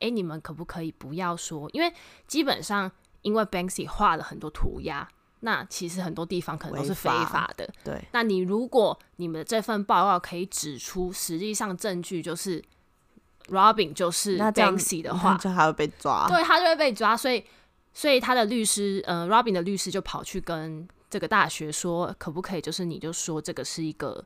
[SPEAKER 1] 诶，你们可不可以不要说？因为基本上，因为 Banksy 画了很多涂鸦，那其实很多地方可能都是
[SPEAKER 2] 违
[SPEAKER 1] 非
[SPEAKER 2] 法
[SPEAKER 1] 法的。
[SPEAKER 2] 对，
[SPEAKER 1] 那你如果你们的这份报告可以指出，实际上证据就是 Robin 就是
[SPEAKER 2] 那这样
[SPEAKER 1] Banksy 的
[SPEAKER 2] 那
[SPEAKER 1] 话，
[SPEAKER 2] 就还会被抓。
[SPEAKER 1] 对他就会被抓。所以，所以他的律师，呃，Robin 的律师就跑去跟这个大学说，可不可以就是你就说这个是一个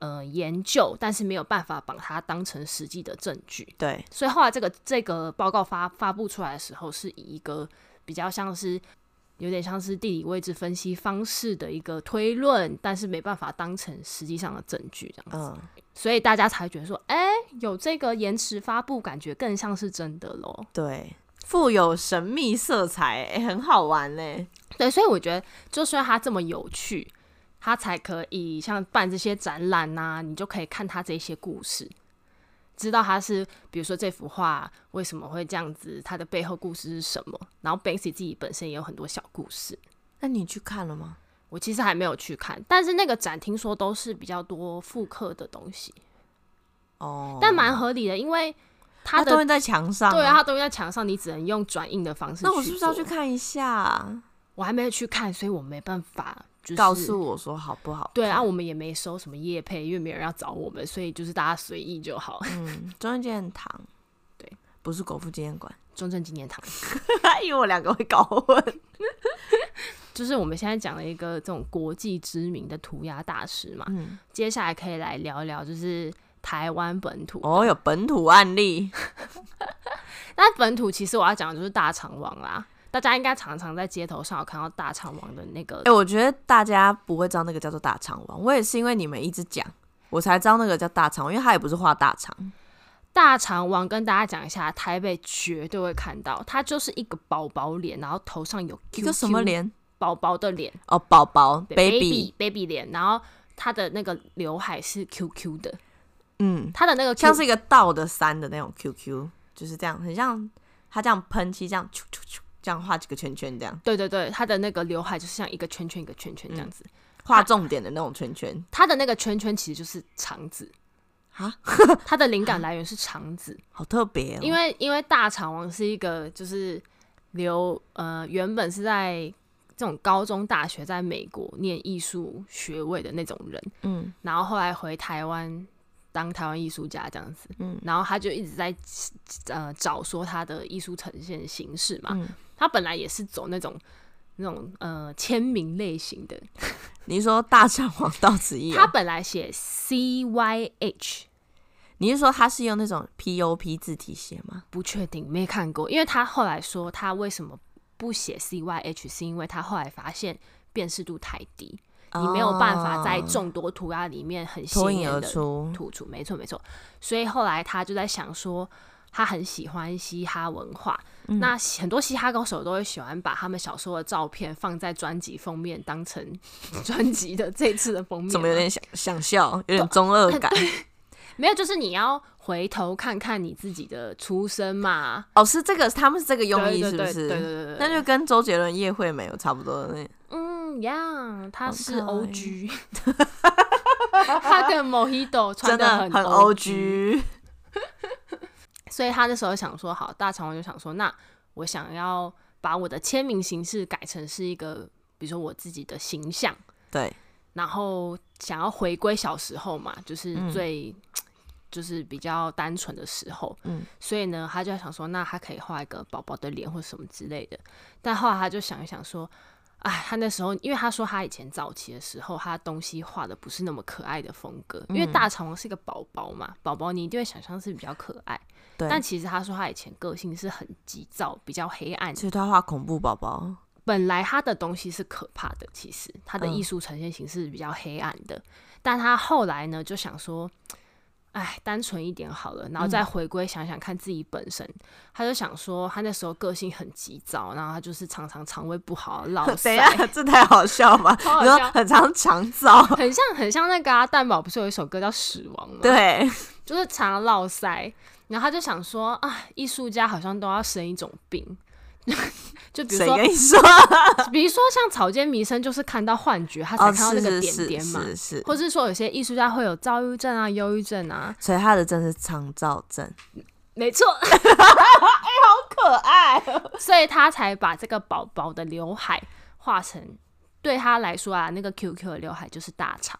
[SPEAKER 1] 呃研究，但是没有办法把它当成实际的证据。
[SPEAKER 2] 对，
[SPEAKER 1] 所以后来这个这个报告发发布出来的时候，是以一个比较像是有点像是地理位置分析方式的一个推论，但是没办法当成实际上的证据这样子，
[SPEAKER 2] 嗯，
[SPEAKER 1] 所以大家才觉得说，哎、有这个延迟发布，感觉更像是真的咯。
[SPEAKER 2] 对，富有神秘色彩，哎很好玩嘞。
[SPEAKER 1] 对，所以我觉得，就算它这么有趣，它才可以像办这些展览呐、你就可以看它这些故事，知道它是，比如说这幅画为什么会这样子，它的背后故事是什么。然后 Banksy 自己本身也有很多小故事，
[SPEAKER 2] 那你去看了吗？
[SPEAKER 1] 我其实还没有去看，但是那个展听说都是比较多复刻的东西，
[SPEAKER 2] 哦，
[SPEAKER 1] 但蛮合理的，因为它
[SPEAKER 2] 他都
[SPEAKER 1] 的。
[SPEAKER 2] 会在墙上。
[SPEAKER 1] 对啊，，它东西在墙上，你只能用转印的方式。
[SPEAKER 2] 那我是不是要去
[SPEAKER 1] 看？
[SPEAKER 2] 看一下？
[SPEAKER 1] 我还没有去看，所以我没办法，就是
[SPEAKER 2] 告诉我说好不好？
[SPEAKER 1] 对啊，我们也没收什么业配，因为没有人要找我们，所以就是大家随意就好。
[SPEAKER 2] 嗯，中正纪念堂，
[SPEAKER 1] 对，
[SPEAKER 2] 不是国父纪念馆，
[SPEAKER 1] 中正纪念堂，
[SPEAKER 2] 因为我两个会搞混。
[SPEAKER 1] 就是我们现在讲了一个这种国际知名的涂鸦大师嘛，
[SPEAKER 2] 嗯，
[SPEAKER 1] 接下来可以来聊一聊，就是台湾本土。
[SPEAKER 2] 哦，有本土案例，
[SPEAKER 1] 那本土其实我要讲的就是大肠王啦，大家应该常常在街头上有看到大肠王的那个
[SPEAKER 2] 哎、，我觉得大家不会知道那个叫做大肠王，我也是因为你们一直讲，我才知道那个叫大肠王，因为他也不是画大肠，
[SPEAKER 1] 大肠王跟大家讲一下，台北绝对会看到，它就是一个宝宝脸，然后头上有 QQ
[SPEAKER 2] 一个什么脸？
[SPEAKER 1] 宝宝的脸
[SPEAKER 2] 哦，宝宝
[SPEAKER 1] 对
[SPEAKER 2] baby，
[SPEAKER 1] baby 脸，然后他的那个刘海是 QQ 的。
[SPEAKER 2] 嗯，
[SPEAKER 1] 它的那个 Q,
[SPEAKER 2] 像是一个倒的三的那种 QQ，就是这样，很像他这样喷漆，这样啾啾啾，这样画几个圈圈，这样
[SPEAKER 1] 对对对，它的那个刘海就是像一个圈圈一个圈圈这样
[SPEAKER 2] 嗯
[SPEAKER 1] 子。
[SPEAKER 2] 画重点的那种圈圈
[SPEAKER 1] 它的那个圈圈其实就是肠子，
[SPEAKER 2] 啊，
[SPEAKER 1] 它的灵感来源是肠子，
[SPEAKER 2] 好特别、哦，
[SPEAKER 1] 因为因为大肠王是一个就是留呃原本是在这种高中大学在美国念艺术学位的那种人，
[SPEAKER 2] 嗯
[SPEAKER 1] 然后后来回台湾当台湾艺术家这样子，
[SPEAKER 2] 嗯
[SPEAKER 1] 然后他就一直在呃找说他的艺术呈现形式嘛，
[SPEAKER 2] 嗯
[SPEAKER 1] 他本来也是走那种那种呃签名类型的。
[SPEAKER 2] 你是说大肠王到此一游
[SPEAKER 1] 他？本来写 C Y H，
[SPEAKER 2] 你是说他是用那种 POP 字体写吗？
[SPEAKER 1] 不确定没看过，因为他后来说他为什么不写 C Y H，是因为他后来发现辨识度太低，你没有办法在
[SPEAKER 2] 哦
[SPEAKER 1] 众多涂鸦里面很
[SPEAKER 2] 脱
[SPEAKER 1] 吸引
[SPEAKER 2] 颖而
[SPEAKER 1] 的
[SPEAKER 2] 出，
[SPEAKER 1] 突出，没错没错。所以后来他就在想说，他很喜欢嘻哈文化，
[SPEAKER 2] 嗯
[SPEAKER 1] 那嘻很多嘻哈歌手都会喜欢把他们小时候的照片放在专辑封面，当成 专辑的这次的封面嘛。
[SPEAKER 2] 怎么有点想想笑，有点中二感？
[SPEAKER 1] 没有？就是你要回头看看你自己的出身嘛，
[SPEAKER 2] 哦，是这个，他们是这个用
[SPEAKER 1] 对
[SPEAKER 2] 意
[SPEAKER 1] 对
[SPEAKER 2] 是不
[SPEAKER 1] 对对对
[SPEAKER 2] 是？
[SPEAKER 1] 对对对。
[SPEAKER 2] 那就跟周杰伦《叶惠美》有差不多的那
[SPEAKER 1] 嗯呀，他是
[SPEAKER 2] 好可爱
[SPEAKER 1] O G，他的 Mojito 穿
[SPEAKER 2] 真
[SPEAKER 1] 的
[SPEAKER 2] 的
[SPEAKER 1] 很
[SPEAKER 2] 很 O G。
[SPEAKER 1] 所以他那时候想说，好，大肠王就想说，那我想要把我的签名形式改成是一个，比如说我自己的形象，
[SPEAKER 2] 对，
[SPEAKER 1] 然后想要回归小时候嘛，就是
[SPEAKER 2] 嗯
[SPEAKER 1] 最、就是比较单纯的时候，
[SPEAKER 2] 嗯，
[SPEAKER 1] 所以呢，他就想说，那他可以画一个宝宝的脸或什么之类的，但后来他就想一想说。哎，他那时候，因为他说他以前早期的时候，他东西画的不是那么可爱的风格，因
[SPEAKER 2] 嗯
[SPEAKER 1] 为大肠王是一个宝宝嘛，宝宝你一定会想象是比较可爱，
[SPEAKER 2] 对，
[SPEAKER 1] 但其实他说他以前个性是很急躁，比较黑暗。
[SPEAKER 2] 所以他画恐怖宝宝，
[SPEAKER 1] 本来他的东西是可怕的，其实他的
[SPEAKER 2] 嗯
[SPEAKER 1] 艺术呈现形式是比较黑暗的。但他后来呢，就想说，哎，单纯一点好了，然后再
[SPEAKER 2] 嗯
[SPEAKER 1] 回归想想看自己本身。他就想说，他那时候个性很急躁，然后他就是常常肠胃不好， 老
[SPEAKER 2] 等一
[SPEAKER 1] 塞。
[SPEAKER 2] 下，这太好笑吧？
[SPEAKER 1] 哦啊 超好
[SPEAKER 2] 你说
[SPEAKER 1] 笑
[SPEAKER 2] 很常 长照，
[SPEAKER 1] 很像很像那个啊，蛋宝不是有一首歌叫《死亡》吗？
[SPEAKER 2] 对，
[SPEAKER 1] 就是常常落腮，然后他就想说啊，艺术家好像都要生一种病， 就比如
[SPEAKER 2] 谁
[SPEAKER 1] 说
[SPEAKER 2] 跟你说？
[SPEAKER 1] 比如说像草间弥生，就是看到幻觉，他才
[SPEAKER 2] 哦，
[SPEAKER 1] 看到那
[SPEAKER 2] 是
[SPEAKER 1] 个
[SPEAKER 2] 是
[SPEAKER 1] 点
[SPEAKER 2] 是
[SPEAKER 1] 点嘛。
[SPEAKER 2] 是是，
[SPEAKER 1] 或是说有些艺术家会有躁郁症啊、忧郁症啊，
[SPEAKER 2] 所以他的症是长照症，
[SPEAKER 1] 没错，
[SPEAKER 2] 可爱。
[SPEAKER 1] 所以他才把这个宝宝的刘海画成，对他来说啊，那个 QQ 的刘海就是大肠。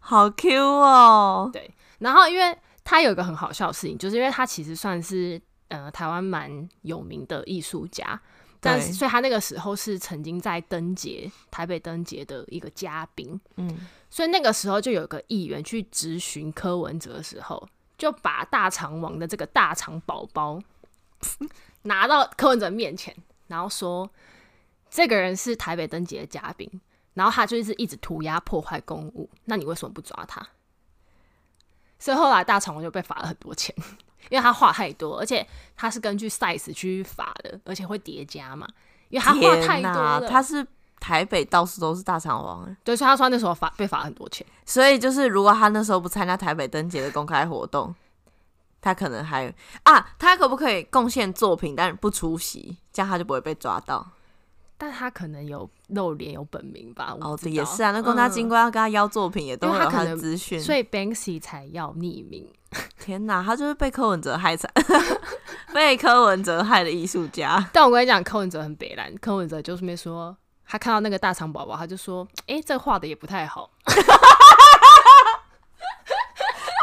[SPEAKER 2] 好 Q 哦，
[SPEAKER 1] 然后因为他有一个很好笑的事情，就是因为他其实算是呃台湾蛮有名的艺术家，但
[SPEAKER 2] 对
[SPEAKER 1] 是所以他那个时候是曾经在灯节台北灯节的一个嘉宾，
[SPEAKER 2] 嗯，
[SPEAKER 1] 所以那个时候就有个议员去质询柯文哲的时候，就把大肠王的这个大肠宝宝 拿到柯文哲面前，然后说这个人是台北灯节的嘉宾。然后他就是一直涂鸦破坏公务，那你为什么不抓他？所以后来大肠王就被罚了很多钱， 因为他画太多，而且他是根据 size 去罚的，而且会叠加嘛，因为他画太
[SPEAKER 2] 天
[SPEAKER 1] 多
[SPEAKER 2] 哪，
[SPEAKER 1] 了。
[SPEAKER 2] 他是台北到处都是大肠王欸，
[SPEAKER 1] 对，所以他说他那时候罚被罚很多钱。
[SPEAKER 2] 所以就是如果他那时候不参加台北灯节的公开活动，他可能还啊，他可不可以贡献作品，但不出席，这样他就不会被抓到？
[SPEAKER 1] 但他可能有露脸有本名吧，我
[SPEAKER 2] 哦，
[SPEAKER 1] 不知
[SPEAKER 2] 对，
[SPEAKER 1] 道嗯
[SPEAKER 2] 也是啊，那公家机、关要跟他要作品，也都
[SPEAKER 1] 因
[SPEAKER 2] 会
[SPEAKER 1] 为他
[SPEAKER 2] 有
[SPEAKER 1] 可
[SPEAKER 2] 他的
[SPEAKER 1] 能
[SPEAKER 2] 资
[SPEAKER 1] 嗯
[SPEAKER 2] 讯。
[SPEAKER 1] 所以 Banksy 才要匿名。
[SPEAKER 2] 天哪，他就是被柯文哲害惨， 被柯文哲害的艺术 家。
[SPEAKER 1] 但我跟你讲，柯文哲很北蓝，柯文哲就顺便说，他看到那个大肠宝宝，他就说，诶，这画的也不太好，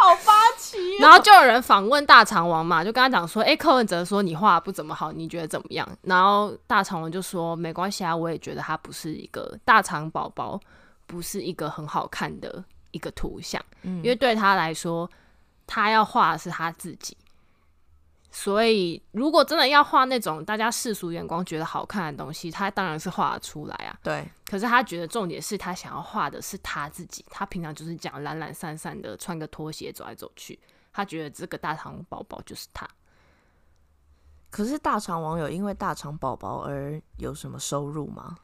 [SPEAKER 2] 好发奇
[SPEAKER 1] 然后就有人访问大肠王嘛，就跟他讲说，诶，柯文哲说你画得不怎么好，你觉得怎么样？然后大肠王就说，没关系啊，我也觉得他不是一个大肠宝宝，不是一个很好看的一个图像，因为对他来说，他要画的是他自己。所以，如果真的要画那种大家世俗眼光觉得好看的东西，他当然是画得出来啊。
[SPEAKER 2] 对，
[SPEAKER 1] 可是他觉得重点是他想要画的是他自己，他平常就是这样懒懒散散的，穿个拖鞋走来走去。他觉得这个大肠宝宝就是他，
[SPEAKER 2] 可是大肠网友因为大肠宝宝而有什么收入吗？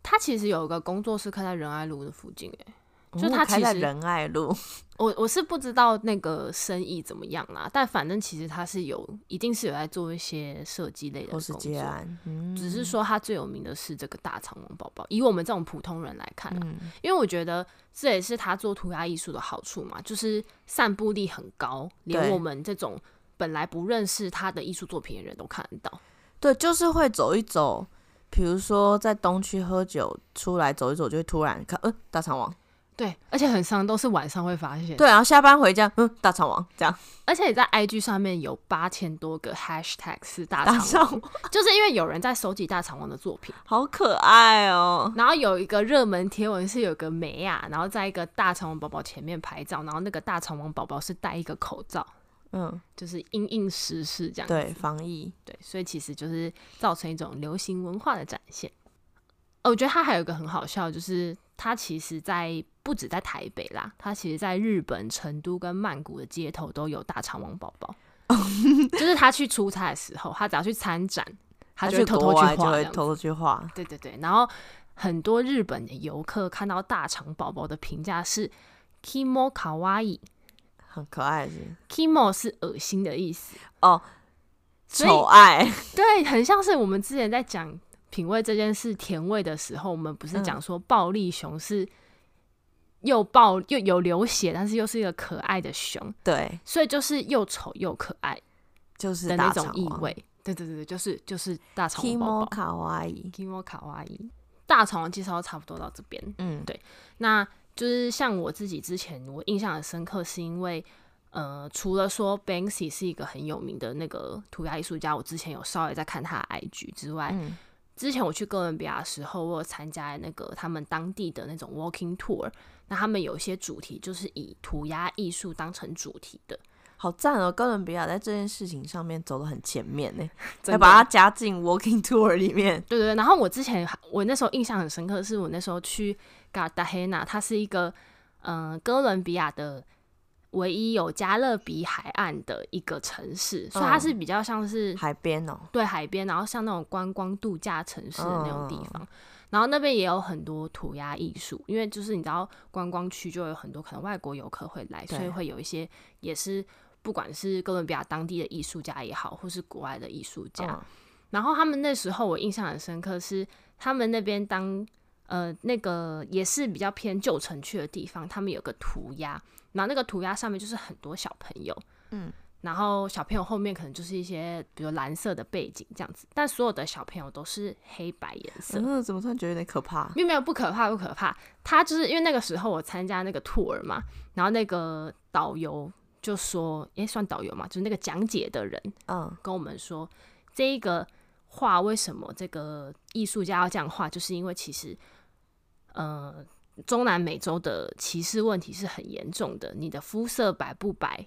[SPEAKER 1] 他其实有一个工作室开在仁爱路的附近、欸，就
[SPEAKER 2] 哦
[SPEAKER 1] 他
[SPEAKER 2] 开
[SPEAKER 1] 其
[SPEAKER 2] 在
[SPEAKER 1] 实
[SPEAKER 2] 仁爱路，
[SPEAKER 1] 我我是不知道那个生意怎么样啦，但反正其实他是有，一定是有在做一些设计类的
[SPEAKER 2] 或
[SPEAKER 1] 工
[SPEAKER 2] 是
[SPEAKER 1] 作，
[SPEAKER 2] 接案，嗯，
[SPEAKER 1] 只是说他最有名的是这个大肠王宝宝。以我们这种普通人来看、啊，
[SPEAKER 2] 嗯
[SPEAKER 1] 因为我觉得这也是他做涂鸦艺术的好处嘛，就是散布力很高，连
[SPEAKER 2] 对
[SPEAKER 1] 我们这种本来不认识他的艺术作品的人都看得到。
[SPEAKER 2] 对，就是会走一走，比如说在东区喝酒，出来走一走就会突然看，呃，大肠网，
[SPEAKER 1] 对，而且很伤，都是晚上会发现。
[SPEAKER 2] 对，然后下班回家，嗯，大肠王这样
[SPEAKER 1] 而且你在 IG 上面有八千多个 hashtag 是大
[SPEAKER 2] 大
[SPEAKER 1] 肠
[SPEAKER 2] 肠
[SPEAKER 1] 王，就是因为有人在收集大肠王的作品。
[SPEAKER 2] 好可爱哦、
[SPEAKER 1] 然后有一个热门贴文是有个美啊，然后在一个大肠王宝宝前面拍照，然后那个大肠王宝宝是戴一个口罩，
[SPEAKER 2] 嗯，
[SPEAKER 1] 就是因应时事这样子。
[SPEAKER 2] 对，防疫，
[SPEAKER 1] 对，所以其实就是造成一种流行文化的展现。呃，我觉得它还有一个很好笑，就是它其实在不止在台北啦，它其实在日本成都跟曼谷的街头都有大肠王宝 宝。就是他去出差的时候，他只要去参展，他就
[SPEAKER 2] 去
[SPEAKER 1] 会偷偷
[SPEAKER 2] 国
[SPEAKER 1] 去
[SPEAKER 2] 外就
[SPEAKER 1] 画这
[SPEAKER 2] 会
[SPEAKER 1] 样子。
[SPEAKER 2] 偷偷去画，
[SPEAKER 1] 对对对，然后很多日本的游客看到大肠宝宝的评价是 “kimo kawaii”，kimo
[SPEAKER 2] 很可爱是不是
[SPEAKER 1] 是恶心的意思，
[SPEAKER 2] 哦，
[SPEAKER 1] 所以
[SPEAKER 2] 丑爱，
[SPEAKER 1] 对，很像是我们之前在讲品味这件事、甜味的时候，我们不
[SPEAKER 2] 嗯
[SPEAKER 1] 是讲说暴力熊是又暴又有流血，但是又是一个可爱的熊，
[SPEAKER 2] 对，
[SPEAKER 1] 所以就是又丑又可爱
[SPEAKER 2] 就是
[SPEAKER 1] 的那
[SPEAKER 2] 大
[SPEAKER 1] 种
[SPEAKER 2] 肠
[SPEAKER 1] 意
[SPEAKER 2] 王。
[SPEAKER 1] 味。对对对对，就是就是大肠王宝
[SPEAKER 2] Kimo
[SPEAKER 1] 宝
[SPEAKER 2] 卡哇伊，
[SPEAKER 1] ，Kimo 卡哇伊，大肠王介绍差不多到这边。
[SPEAKER 2] 嗯，
[SPEAKER 1] 那就是像我自己之前，我印象很深刻，是因为呃，除了说 Banksy 是一个很有名的那个涂鸦艺术家，我之前有稍微在看他的 IG 之外，
[SPEAKER 2] 嗯
[SPEAKER 1] 之前我去哥伦比亚的时候，我有参加那个他们当地的那种 walking tour，那他们有一些主题就是以涂鸦艺术当成主题的，
[SPEAKER 2] 好赞哦！哥伦比亚在这件事情上面走得很前面呢，
[SPEAKER 1] 真
[SPEAKER 2] 还
[SPEAKER 1] 的
[SPEAKER 2] 把它加进 Walking Tour 里面。
[SPEAKER 1] 对对对，然后我之前我那时候印象很深刻，是我那时候去 Cartagena，它是一个嗯、呃哥伦比亚的唯一有加勒比海岸的一个城市，所以
[SPEAKER 2] 嗯
[SPEAKER 1] 它是比较像是
[SPEAKER 2] 海边哦，
[SPEAKER 1] 对海边，然后像那种观光度假城市的那种
[SPEAKER 2] 嗯
[SPEAKER 1] 地方。然后那边也有很多涂鸦艺术，因为就是你知道观光区就有很多可能外国游客会来，
[SPEAKER 2] 对
[SPEAKER 1] 所以会有一些也是不管是哥伦比亚当地的艺术家也好，或是国外的艺术家，
[SPEAKER 2] 嗯
[SPEAKER 1] 然后他们那时候我印象很深刻是，他们那边当呃那个也是比较偏旧城区的地方，他们有个涂鸦，然后那个涂鸦上面就是很多小朋友，
[SPEAKER 2] 嗯，
[SPEAKER 1] 然后小朋友后面可能就是一些比如蓝色的背景这样子，但所有的小朋友都是黑白颜色。
[SPEAKER 2] 嗯，怎么突然觉得有点可怕？
[SPEAKER 1] 并没有不可怕，不可怕。他就是因为那个时候我参加那个 tour 嘛，然后那个导游就说，诶、算导游嘛，就是那个讲解的人，
[SPEAKER 2] 嗯，
[SPEAKER 1] 跟我们说，这一个画为什么这个艺术家要这样画，就是因为其实，呃，中南美洲的歧视问题是很严重的。你的肤色白不白，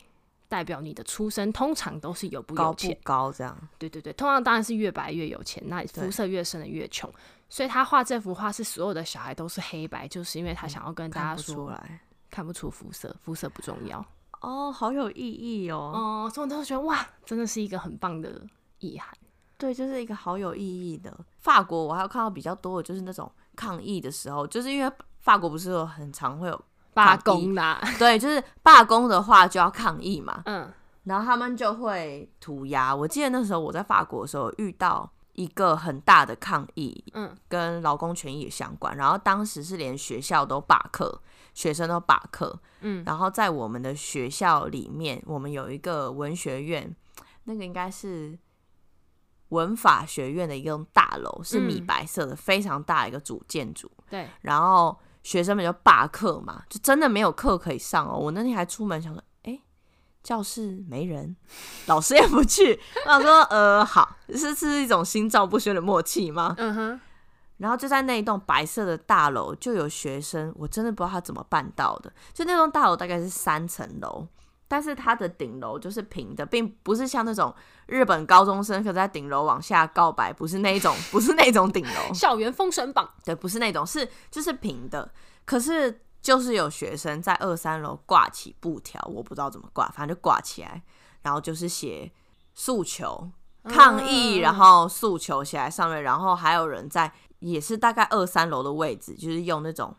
[SPEAKER 1] 代表你的出身通常都是有不
[SPEAKER 2] 高
[SPEAKER 1] 有
[SPEAKER 2] 不
[SPEAKER 1] 钱。
[SPEAKER 2] 高这样？
[SPEAKER 1] 对对对，通常当然是越白越有钱，那
[SPEAKER 2] 对
[SPEAKER 1] 肤色越深的越穷。所以他画这幅画是所有的小孩都是黑白，就是因为他想要跟大
[SPEAKER 2] 嗯
[SPEAKER 1] 家
[SPEAKER 2] 看不出
[SPEAKER 1] 说
[SPEAKER 2] 来
[SPEAKER 1] 看不出肤色，肤色不重要。
[SPEAKER 2] 哦，好有意义哦。
[SPEAKER 1] 哦、所以我当时觉得哇，真的是一个很棒的意涵。
[SPEAKER 2] 对，就是一个好有意义的。法国我还有看到比较多的就是那种抗议的时候，就是因为法国不是有很常会有
[SPEAKER 1] 罢
[SPEAKER 2] 抗议
[SPEAKER 1] 工啦，
[SPEAKER 2] 对，就是罢工的话就要抗议嘛，
[SPEAKER 1] 嗯，
[SPEAKER 2] 然后他们就会涂鸦。我记得那时候我在法国的时候遇到一个很大的抗议，
[SPEAKER 1] 嗯，
[SPEAKER 2] 跟劳工权益也相关。然后当时是连学校都罢课，学生都罢课，
[SPEAKER 1] 嗯
[SPEAKER 2] 然后在我们的学校里面，我们有一个文学院，那个应该是。文法学院的一栋大楼是米
[SPEAKER 1] 嗯
[SPEAKER 2] 白色的，非常大一个主建筑。
[SPEAKER 1] 对，
[SPEAKER 2] 然后学生们就罢课嘛，就真的没有课可以上哦。我那天还出门想说，哎，教室没人，老师也不去。 我想说，呃，好，是是一种心照不宣的默契吗？
[SPEAKER 1] 嗯哼，
[SPEAKER 2] 然后就在那一栋白色的大楼，就有学生，我真的不知道他怎么办到的。就那栋大楼大概是三层楼。但是它的顶楼就是平的，并不是像那种日本高中生可在顶楼往下告白，不是那一种，不是那一种顶楼。
[SPEAKER 1] 校园封神榜，
[SPEAKER 2] 对，不是那种，是就是平的。可是就是有学生在二三楼挂起布条，我不知道怎么挂，反正就挂起来，然后就是写诉求、抗议，
[SPEAKER 1] 嗯
[SPEAKER 2] 然后诉求写在上面，然后还有人在也是大概二三楼的位置，就是用那种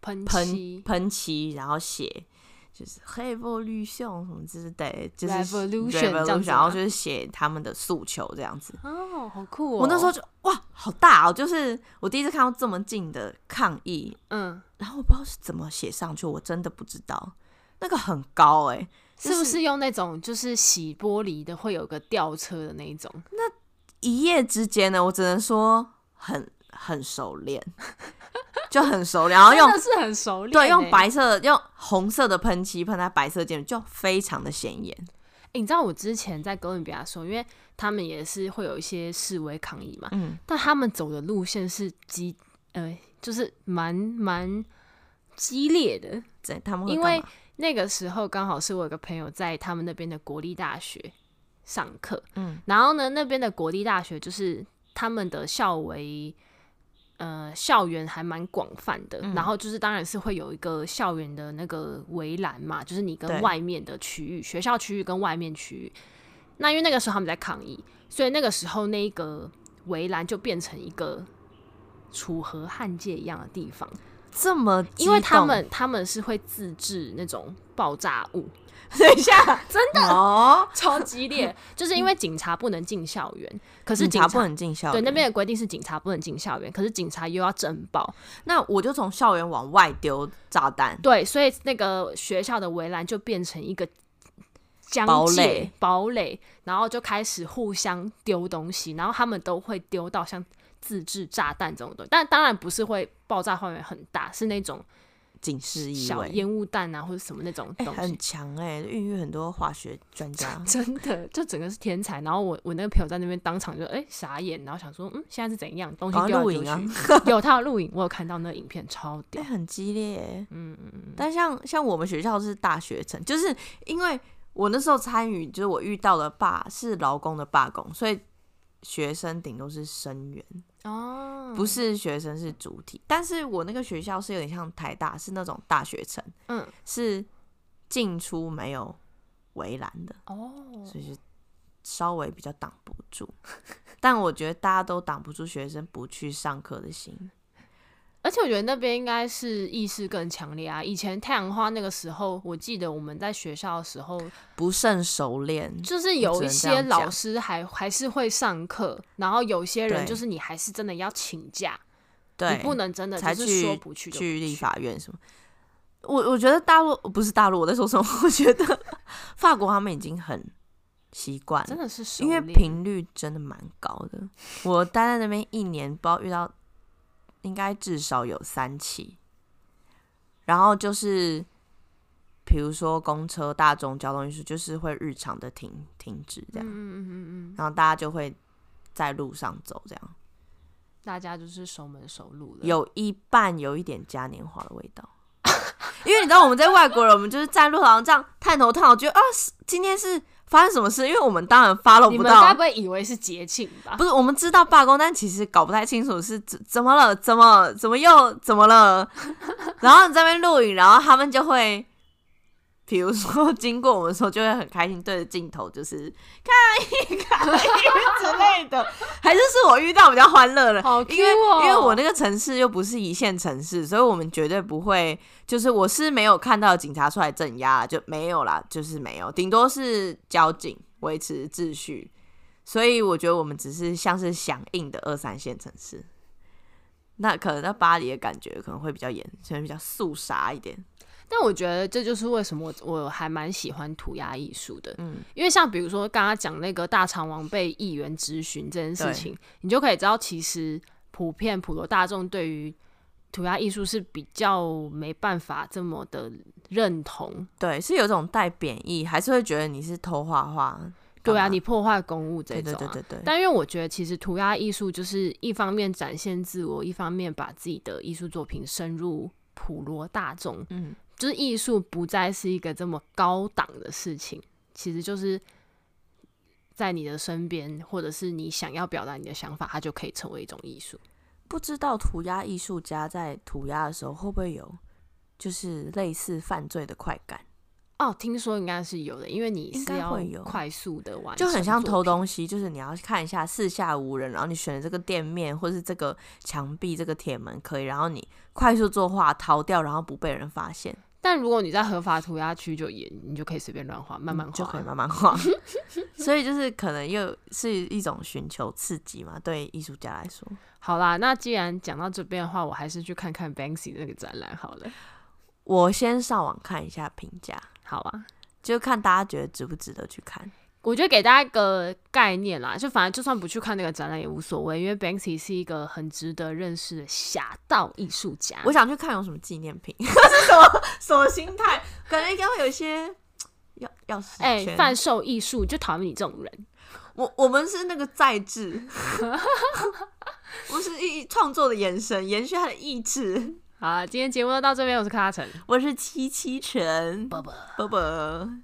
[SPEAKER 1] 喷
[SPEAKER 2] 喷
[SPEAKER 1] 漆
[SPEAKER 2] 喷漆，然后写。就是 revolution 什么之类，就是
[SPEAKER 1] Revolution 这样子
[SPEAKER 2] revolution，
[SPEAKER 1] 吗
[SPEAKER 2] 然后就是写他们的诉求这样子。
[SPEAKER 1] 哦，好酷哦！
[SPEAKER 2] 我那时候，就哇，好大哦！就是我第一次看到这么近的抗议，
[SPEAKER 1] 嗯，
[SPEAKER 2] 然后我不知道是怎么写上去，我真的不知道。那个很高哎、
[SPEAKER 1] 是不是用那种就是洗玻璃的，会有个吊车的那一种？
[SPEAKER 2] 一夜之间呢，我只能说很很熟练， 就很熟练，然后
[SPEAKER 1] 真
[SPEAKER 2] 用
[SPEAKER 1] 的是很熟练、
[SPEAKER 2] 对用
[SPEAKER 1] 欸
[SPEAKER 2] 白色用红色的喷漆喷它白色建筑，就非常的显眼。
[SPEAKER 1] 欸你知道我之前在哥伦比亚的时候，因为他们也是会有一些示威抗议嘛，
[SPEAKER 2] 嗯，
[SPEAKER 1] 但他们走的路线是激呃，就是蛮蛮激烈的。
[SPEAKER 2] 这他们会
[SPEAKER 1] 因
[SPEAKER 2] 干
[SPEAKER 1] 为
[SPEAKER 2] 嘛
[SPEAKER 1] 那个时候刚好是我有个朋友在他们那边的国立大学上课，
[SPEAKER 2] 嗯，
[SPEAKER 1] 然后呢，那边的国立大学就是他们的校围。呃，校园还蛮广泛的，
[SPEAKER 2] 嗯
[SPEAKER 1] 然后就是当然是会有一个校园的那个围栏嘛，就是你
[SPEAKER 2] 对
[SPEAKER 1] 跟外面的区域，学校区域跟外面区域。那因为那个时候他们在抗议，所以那个时候那一个围栏就变成一个楚河汉界一样的地方。
[SPEAKER 2] 这么激
[SPEAKER 1] 因为他
[SPEAKER 2] 动
[SPEAKER 1] 们他们是会自制那种爆炸 物，
[SPEAKER 2] 等一下
[SPEAKER 1] 真
[SPEAKER 2] 的哦，
[SPEAKER 1] 超激 烈，就是因为警察不能进校园，可是
[SPEAKER 2] 警
[SPEAKER 1] 警
[SPEAKER 2] 察不能进校
[SPEAKER 1] 对
[SPEAKER 2] 园。
[SPEAKER 1] 那边的规定是警察不能进校园，可是警察又要震爆，
[SPEAKER 2] 那我就从校园往外丢炸弹，
[SPEAKER 1] 对，所以那个学校的围栏就变成一个疆
[SPEAKER 2] 堡
[SPEAKER 1] 界
[SPEAKER 2] 垒
[SPEAKER 1] 堡垒，然后就开始互相丢东西，然后他们都会丢到像自制炸弹这种东西，但当然不是会爆炸范围很大，是那种
[SPEAKER 2] 警示意
[SPEAKER 1] 小
[SPEAKER 2] 味。
[SPEAKER 1] 烟雾弹啊或者什么那种
[SPEAKER 2] 哎、
[SPEAKER 1] 东西，。
[SPEAKER 2] 很强哎、孕育很多化学专家
[SPEAKER 1] 真的，就整个是天才。然后我我那个朋友在那边当场就哎、傻眼，然后想说嗯现在是怎样东西
[SPEAKER 2] 赶快
[SPEAKER 1] 丢来
[SPEAKER 2] 录
[SPEAKER 1] 丢
[SPEAKER 2] 影啊
[SPEAKER 1] 去有他有录影，我有看到那个影片超
[SPEAKER 2] 哎、
[SPEAKER 1] 屌。
[SPEAKER 2] 很激烈、欸。
[SPEAKER 1] 嗯嗯嗯，
[SPEAKER 2] 但像像我们学校是大学城，就是因为我那时候参与，就是我遇到的罢是劳工的罢工，所以学生顶多是生源，
[SPEAKER 1] 哦，
[SPEAKER 2] 不是学生是主体。但是我那个学校是有点像台大，是那种大学城，
[SPEAKER 1] 嗯，
[SPEAKER 2] 是进出没有围栏的，
[SPEAKER 1] 哦，
[SPEAKER 2] 所以就稍微比较挡不住。 但我觉得大家都挡不住学生不去上课的心。
[SPEAKER 1] 而且我觉得那边应该是意识更强烈啊。以前太阳花那个时候，我记得我们在学校的时候，
[SPEAKER 2] 不甚熟练，
[SPEAKER 1] 就是有一
[SPEAKER 2] 我只能这
[SPEAKER 1] 些
[SPEAKER 2] 样讲
[SPEAKER 1] 老师还还是会上课，然后有些人
[SPEAKER 2] 对
[SPEAKER 1] 就是你还是真的要请假，
[SPEAKER 2] 对，
[SPEAKER 1] 你不能真的
[SPEAKER 2] 才
[SPEAKER 1] 就是
[SPEAKER 2] 去
[SPEAKER 1] 说不去就不
[SPEAKER 2] 去立法院什么。我我觉得大陆不是大陆，我在说什么？ 我觉得法国他们已经很习惯，
[SPEAKER 1] 真的是熟
[SPEAKER 2] 因为
[SPEAKER 1] 练
[SPEAKER 2] 频率真的蛮高的。我待在那边一年，不知道遇到应该至少有三起。然后就是，比如说公车、大众交通运输，就是会日常的停停止
[SPEAKER 1] 嗯
[SPEAKER 2] 这样，
[SPEAKER 1] 嗯嗯嗯嗯，
[SPEAKER 2] 然后大家就会在路上走这样。
[SPEAKER 1] 大家就是熟门熟路了。
[SPEAKER 2] 有一半有一点嘉年华的味道。 因为你知道我们在外国人，我们就是在路上这样探头探脑，觉得啊，是今天是发生什么事？因为我们当然 follow
[SPEAKER 1] 你
[SPEAKER 2] 哦不
[SPEAKER 1] 们该
[SPEAKER 2] 到
[SPEAKER 1] 不，会以为是节庆吧？
[SPEAKER 2] 不是我们知道罢工，但其实搞不太清楚是怎怎么了，怎么怎么又怎么了。然后你在那边录影，然后他们就会，比如说经过我们的时候，就会很开心对着镜头就是看一看一之类的，还是是我遇到比较欢乐的，
[SPEAKER 1] 好 Q
[SPEAKER 2] 因为
[SPEAKER 1] 哦！
[SPEAKER 2] 因为我那个城市又不是一线城市，所以我们绝对不会，就是我是没有看到警察出来镇压啦，就没有啦，就是没有，顶多是交警维持秩序。所以我觉得我们只是像是响应的二三线城市，那可能在巴黎的感觉可能会比较严，可能比较肃杀一点。
[SPEAKER 1] 但我觉得这就是为什么我我还蛮喜欢涂鸦艺术的，
[SPEAKER 2] 嗯
[SPEAKER 1] 因为像比如说刚刚讲那个大肠王被议员质询这件事情，你就可以知道，其实普遍普罗大众对于涂鸦艺术是比较没办法这么的认同。
[SPEAKER 2] 对，是有一种带贬义，还是会觉得你是偷画画。
[SPEAKER 1] 对啊，
[SPEAKER 2] 干嘛
[SPEAKER 1] 你破坏公物这
[SPEAKER 2] 对
[SPEAKER 1] 种、
[SPEAKER 2] 对
[SPEAKER 1] 啊，
[SPEAKER 2] 对对对，
[SPEAKER 1] 但因为我觉得，其实涂鸦艺术就是一方面展现自我，一方面把自己的艺术作品深入普罗大众。
[SPEAKER 2] 嗯，
[SPEAKER 1] 就是艺术不再是一个这么高档的事情，其实就是在你的身边，或者是你想要表达你的想法，它就可以成为一种艺术。
[SPEAKER 2] 不知道涂鸦艺术家在涂鸦的时候会不会有就是类似犯罪的快感，
[SPEAKER 1] 哦，听说应该是有的，因为你
[SPEAKER 2] 应
[SPEAKER 1] 是
[SPEAKER 2] 该
[SPEAKER 1] 要
[SPEAKER 2] 会有
[SPEAKER 1] 快速的完成
[SPEAKER 2] 就
[SPEAKER 1] 作品，
[SPEAKER 2] 很像偷东西，就是你要看一下四下无人，然后你选的这个店面或是这个墙壁、这个铁门可以，然后你快速作画逃掉，然后不被人发现，
[SPEAKER 1] 但如果你在合法涂鸦区，就也你就可以随便乱画，慢慢
[SPEAKER 2] 嗯
[SPEAKER 1] 画，
[SPEAKER 2] 就可以慢慢画。 所以就是可能又是一种寻求刺激嘛，对艺术家来说，
[SPEAKER 1] 好啦，那既然讲到这边的话，我还是去看看 Banksy 那个展览好了。
[SPEAKER 2] 我先上网看一下评价，
[SPEAKER 1] 好啊，
[SPEAKER 2] 就看大家觉得值不值得去看。
[SPEAKER 1] 我觉得给大家一个概念啦，就反正就算不去看那个展览也无所谓，因为 Banksy 是一个很值得认识的侠盗艺术家。
[SPEAKER 2] 我想去看有什么纪念 品，啊是什么什么心态？可能应该会有一些钥钥匙
[SPEAKER 1] 哎，
[SPEAKER 2] 圈。
[SPEAKER 1] 贩售艺术就讨厌你这种人，
[SPEAKER 2] 我我们是那个在志， 不是意创作的眼神，延续他的意志。
[SPEAKER 1] 好啦，今天节目就到这边，我是卡卡城。
[SPEAKER 2] 我是七七陈，
[SPEAKER 1] 啵啵
[SPEAKER 2] 啵啵。